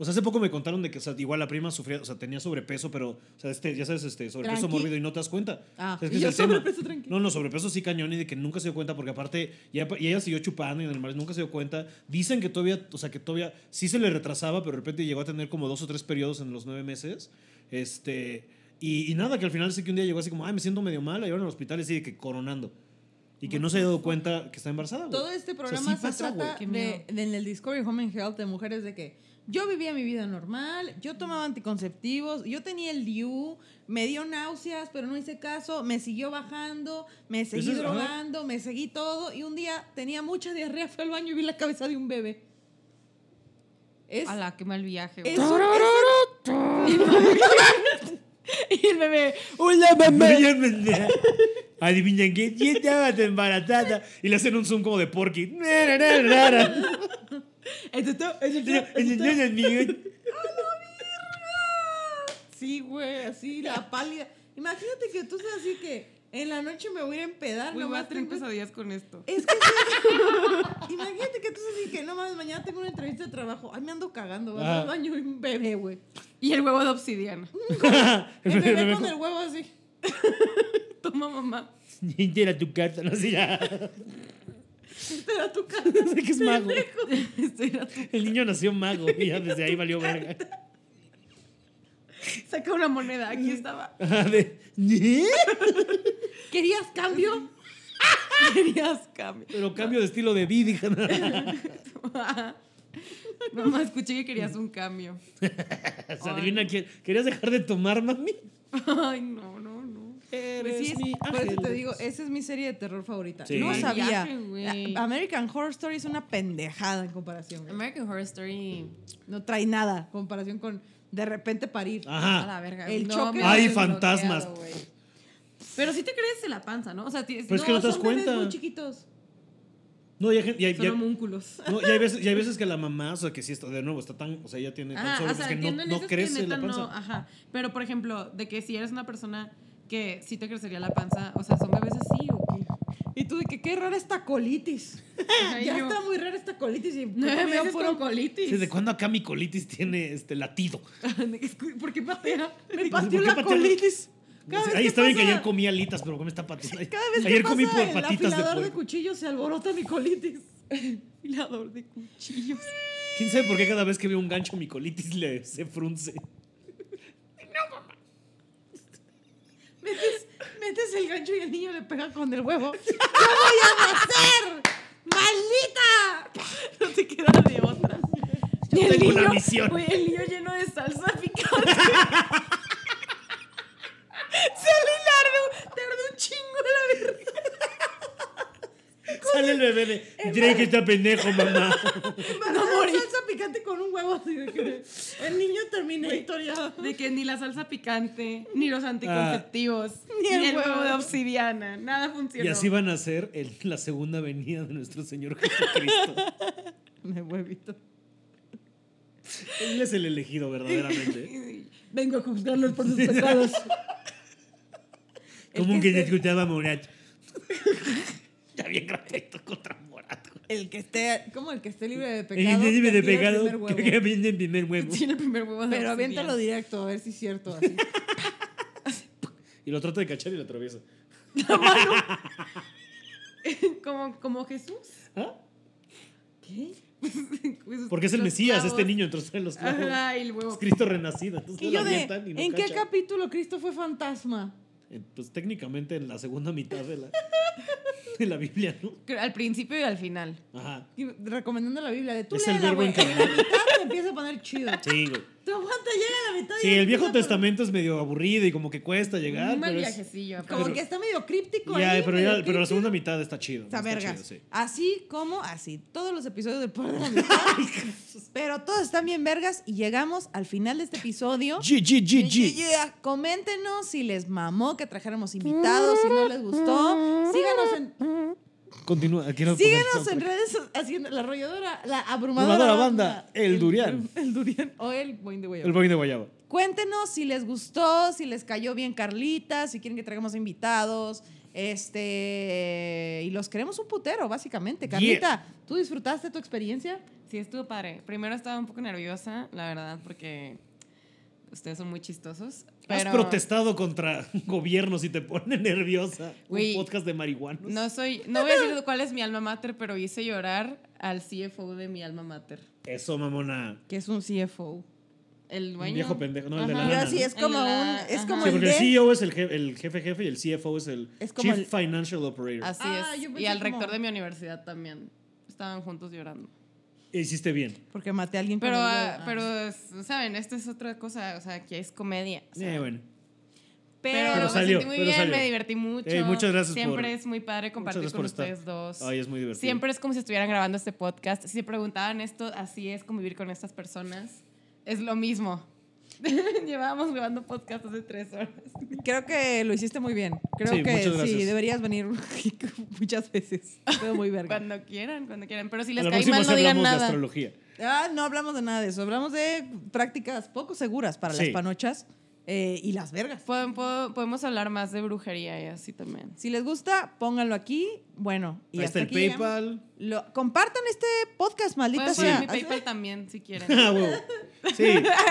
O sea, hace poco me contaron de que, o sea, igual la prima sufría, o sea, tenía sobrepeso, pero, o sea, este, ya sabes, este, sobrepeso Tranqui. mórbido y no te das cuenta. Ah, O sea, es y ese yo es el tema. sobrepeso tranqui. No, no, sobrepeso sí cañón y de que nunca se dio cuenta porque aparte, ya, y ella siguió chupando y en el mar nunca se dio cuenta. Dicen que todavía, o sea, que todavía sí se le retrasaba, pero de repente llegó a tener como dos o tres periodos en los nueve meses. Este, y, y nada, que al final sí que un día llegó así como, ay, me siento medio mal, la llevaron al hospital y así de que coronando. Y que no se había dado cuenta que está embarazada. güey. Todo este O sea, sí programa se pasa, güey. trata Qué de, miedo. de- en el Discovery Home and Health de mujeres de que yo vivía mi vida normal, yo tomaba anticonceptivos, yo tenía el DIU, me dio náuseas, pero no hice caso, me siguió bajando, me seguí es- ajá. drogando, me seguí todo y un día tenía mucha diarrea, fui al baño y vi la cabeza de un bebé. Es, A la que mal viaje, güey. es un- es Y el bebé. Hola, mamá. Adivinen qué, ya estabas embarazada. Y le hacen un zoom como de porky. un- sí, güey, así, la pálida. Imagínate que tú seas así que en la noche me voy a ir a empedar, Güey, voy nomás a tener tengo- pesadillas con esto. Es que sí. imagínate que tú estás así que no mames, mañana tengo una entrevista de trabajo. Ay, me ando cagando, voy Ah. al baño y un bebé, güey. Y el huevo de obsidiana. El bebé con el huevo así. Toma, mamá. Era tu carta, no sé ya. Este era tu cara. Sé que es mago. Esto era tu- El niño nació mago y ya desde ahí valió verga. Saca una moneda. Aquí estaba. Ajá, de- ¿Eh? ¿Querías cambio? Querías cambio. Pero cambio de estilo de vida, hija. Mamá, escuché que querías un cambio. O sea, adivina quién. ¿Querías dejar de tomar, mami? Ay, no, no, no. Pues sí, Eres es- mi por eso ángel. te digo, eh, esa es mi serie de terror favorita. Sí. No Mal sabía. viaje, güey. La- American Horror Story es una pendejada en comparación. güey. American Horror Story. No trae nada en comparación con de repente parir. Ah. A la Ajá. verga. El no, choque- me Ay, has fantasmas. bloqueado, güey. Pero sí te crees en la panza, ¿no? O sea, tienes- Pero es que no te das son bebés cuenta. muy chiquitos. No, ya, ya, son ya, homúnculos. No, y hay, veces, y hay veces que la mamá, o sea, que sí está, de nuevo, está tan, o sea, ella tiene tan Ajá, sobrepeso o sea, que no, entiendo en no esas que crece neta la panza. No, ajá. Pero, por ejemplo, de que si eres una persona que sí te crecería la panza, o sea, ¿son bebés así o qué? Y tú de que qué rara esta colitis. Ajá, ya yo- está muy rara esta colitis y Nueve comió meses puro con colitis. ¿Desde cuándo acá mi colitis tiene este latido? De que escu- ¿Por qué patea? Me ¿Por pateó qué la patea? colitis. Cada vez Ahí que está bien que pasa- ayer comí alitas, pero ¿cómo me está pateando? Cada vez ayer que comí pasa por el patitas de afilador de, pollo. cuchillos se alborota mi colitis. afilador de cuchillos. ¿Quién sabe por qué cada vez que veo un gancho mi colitis le, se frunce? Metes, metes el gancho y el niño le pega con el huevo. ¡Yo voy a nacer! ¡Maldita! No te queda de otra. Yo Y el tengo una niño- misión. güey, el niño lleno de salsa picante. ¡Sale largo! ¡Tardó un chingo la verga! Sale el bebé de Drake está pendejo, mamá. No salsa picante con un huevo así de que el niño termina historiado. De que ni la salsa picante, ni los anticonceptivos, Ni Ah. el ni, el huevo. huevo. de obsidiana. Nada Y funciona. así van a ser el- la segunda venida de nuestro Señor Jesucristo. Me huevito. Él es el elegido, verdaderamente. Vengo a juzgarlos por sus pecados. Como un que que se escuchaba Morat. Está bien gratuito contra Morat. El que esté, como el que esté libre de El que pecado. se libre que de tire el pecado, primer huevo. que aviente el primer huevo. Tiene el primer huevo de Pero aviéntalo obsidiana. directo, a ver si es cierto. así. Y lo trata de cachar y lo atraviesa. Como, como Jesús. ¿Ah? ¿Qué? Porque es el Los Mesías, clavos. este niño, entonces trae los clavos. Ajá, y el Es huevo. Cristo renacido. Entonces Y lo yo de, avientan y no ¿en qué cacha. capítulo Cristo fue fantasma? Eh, Pues técnicamente en la segunda mitad de la, de la Biblia, ¿no? Al principio y al final. Ajá. Y Recomendando la Biblia de tú Es el léela, verbo güey. En la encarnado. mitad te empieza a poner chido. Sí, güey. Tú aguanta, llega a la mitad. y Sí, ya te el Viejo empieza a poner- Testamento es medio aburrido y como que cuesta llegar. Un mal pero es- viajecillo. Como pero- que está medio críptico. Ya, ahí, pero, medio ya- pero la críptico. segunda mitad está chido. Está verga. vergas. Así como así. Todos los episodios del Poder de la Amistad. pero todos están bien vergas y llegamos al final de este episodio. G, G, G, Yeah, G. yeah, yeah. Coméntenos si les mamó que trajéramos invitados, si no les gustó. Síganos en, Continúa. quiero poner síganos en soundtrack. redes so- haciendo la arrolladora, la abrumadora, Abrumadora banda, el durián. El, durian o el boing de huevo. El boy de Guayaba. Cuéntenos si les gustó, si les cayó bien Carlita, si quieren que traigamos invitados. Este, y los queremos un putero, básicamente. Carlita, ¿tú disfrutaste tu experiencia? Sí, estuvo padre. Primero estaba un poco nerviosa, la verdad, porque ustedes son muy chistosos. Pero Has protestado contra gobiernos y te pone nerviosa. Güey, un podcast de marihuanos. No soy, no voy a decir cuál es mi alma mater, pero hice llorar al CFO de mi alma mater. Eso, mamona. que es un CFO? El dueño. Un viejo pendejo, no, el de la Ajá. lana, Yo sí, es El como de Ah, la- un. Es ajá. como Sí, el porque el de- CEO es el jefe, el jefe jefe y el CFO es el Es como Chief el- Financial Operator. Así Ah, yo es. pensé Y al como- rector de mi universidad también. Estaban juntos llorando. E, Hiciste bien. Porque maté a alguien con Pero, un ah, dedo. pero, es- saben, esta es otra cosa. O sea, aquí es comedia. o sea, Eh, bueno. Pero, Pero me salió, sentí muy pero bien, salió. me divertí mucho. Ey, muchas gracias Siempre por- es muy padre compartir gracias con por estar. ustedes dos. Ay, es muy divertido. Siempre es como si estuvieran grabando este podcast. Si se preguntaban esto, así es convivir con estas personas. Es lo mismo. Llevábamos grabando podcast hace tres horas. Creo que lo hiciste muy bien. Creo Sí, muchas que sí, gracias. deberías venir muchas veces. Fue muy verga. Cuando quieran, cuando quieran. Pero si A les la cae próxima mal, sí no digan hablamos de nada. astrología. Ah, no hablamos de nada de eso. Hablamos de prácticas poco seguras para las Sí. panochas eh, y las vergas. Pueden- puedo- podemos hablar más de brujería y así también. Si les gusta, pónganlo aquí. Bueno, y Ahí está hasta el aquí llegamos. PayPal. Lo- compartan este podcast, maldita Pueden sea. poner mi PayPal también, si quieren. Ah, huevo. Sí,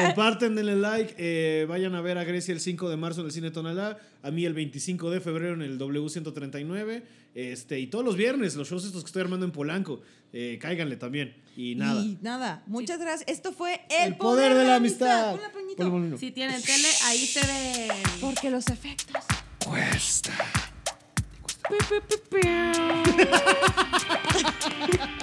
comparten, denle like. eh, vayan a ver a Grecia el 5 de marzo en el Cine Tonalá. A mí el 25 de febrero en el W139. Este, y todos los viernes, los shows estos que estoy armando en Polanco. eh, cáiganle también. Y nada. Y nada, muchas gracias. Esto fue El, Ponle puñito. Ponle puñito. si tienen tele, ahí se ven. Porque los efectos. Cuesta. Pi, pi, pi, pi.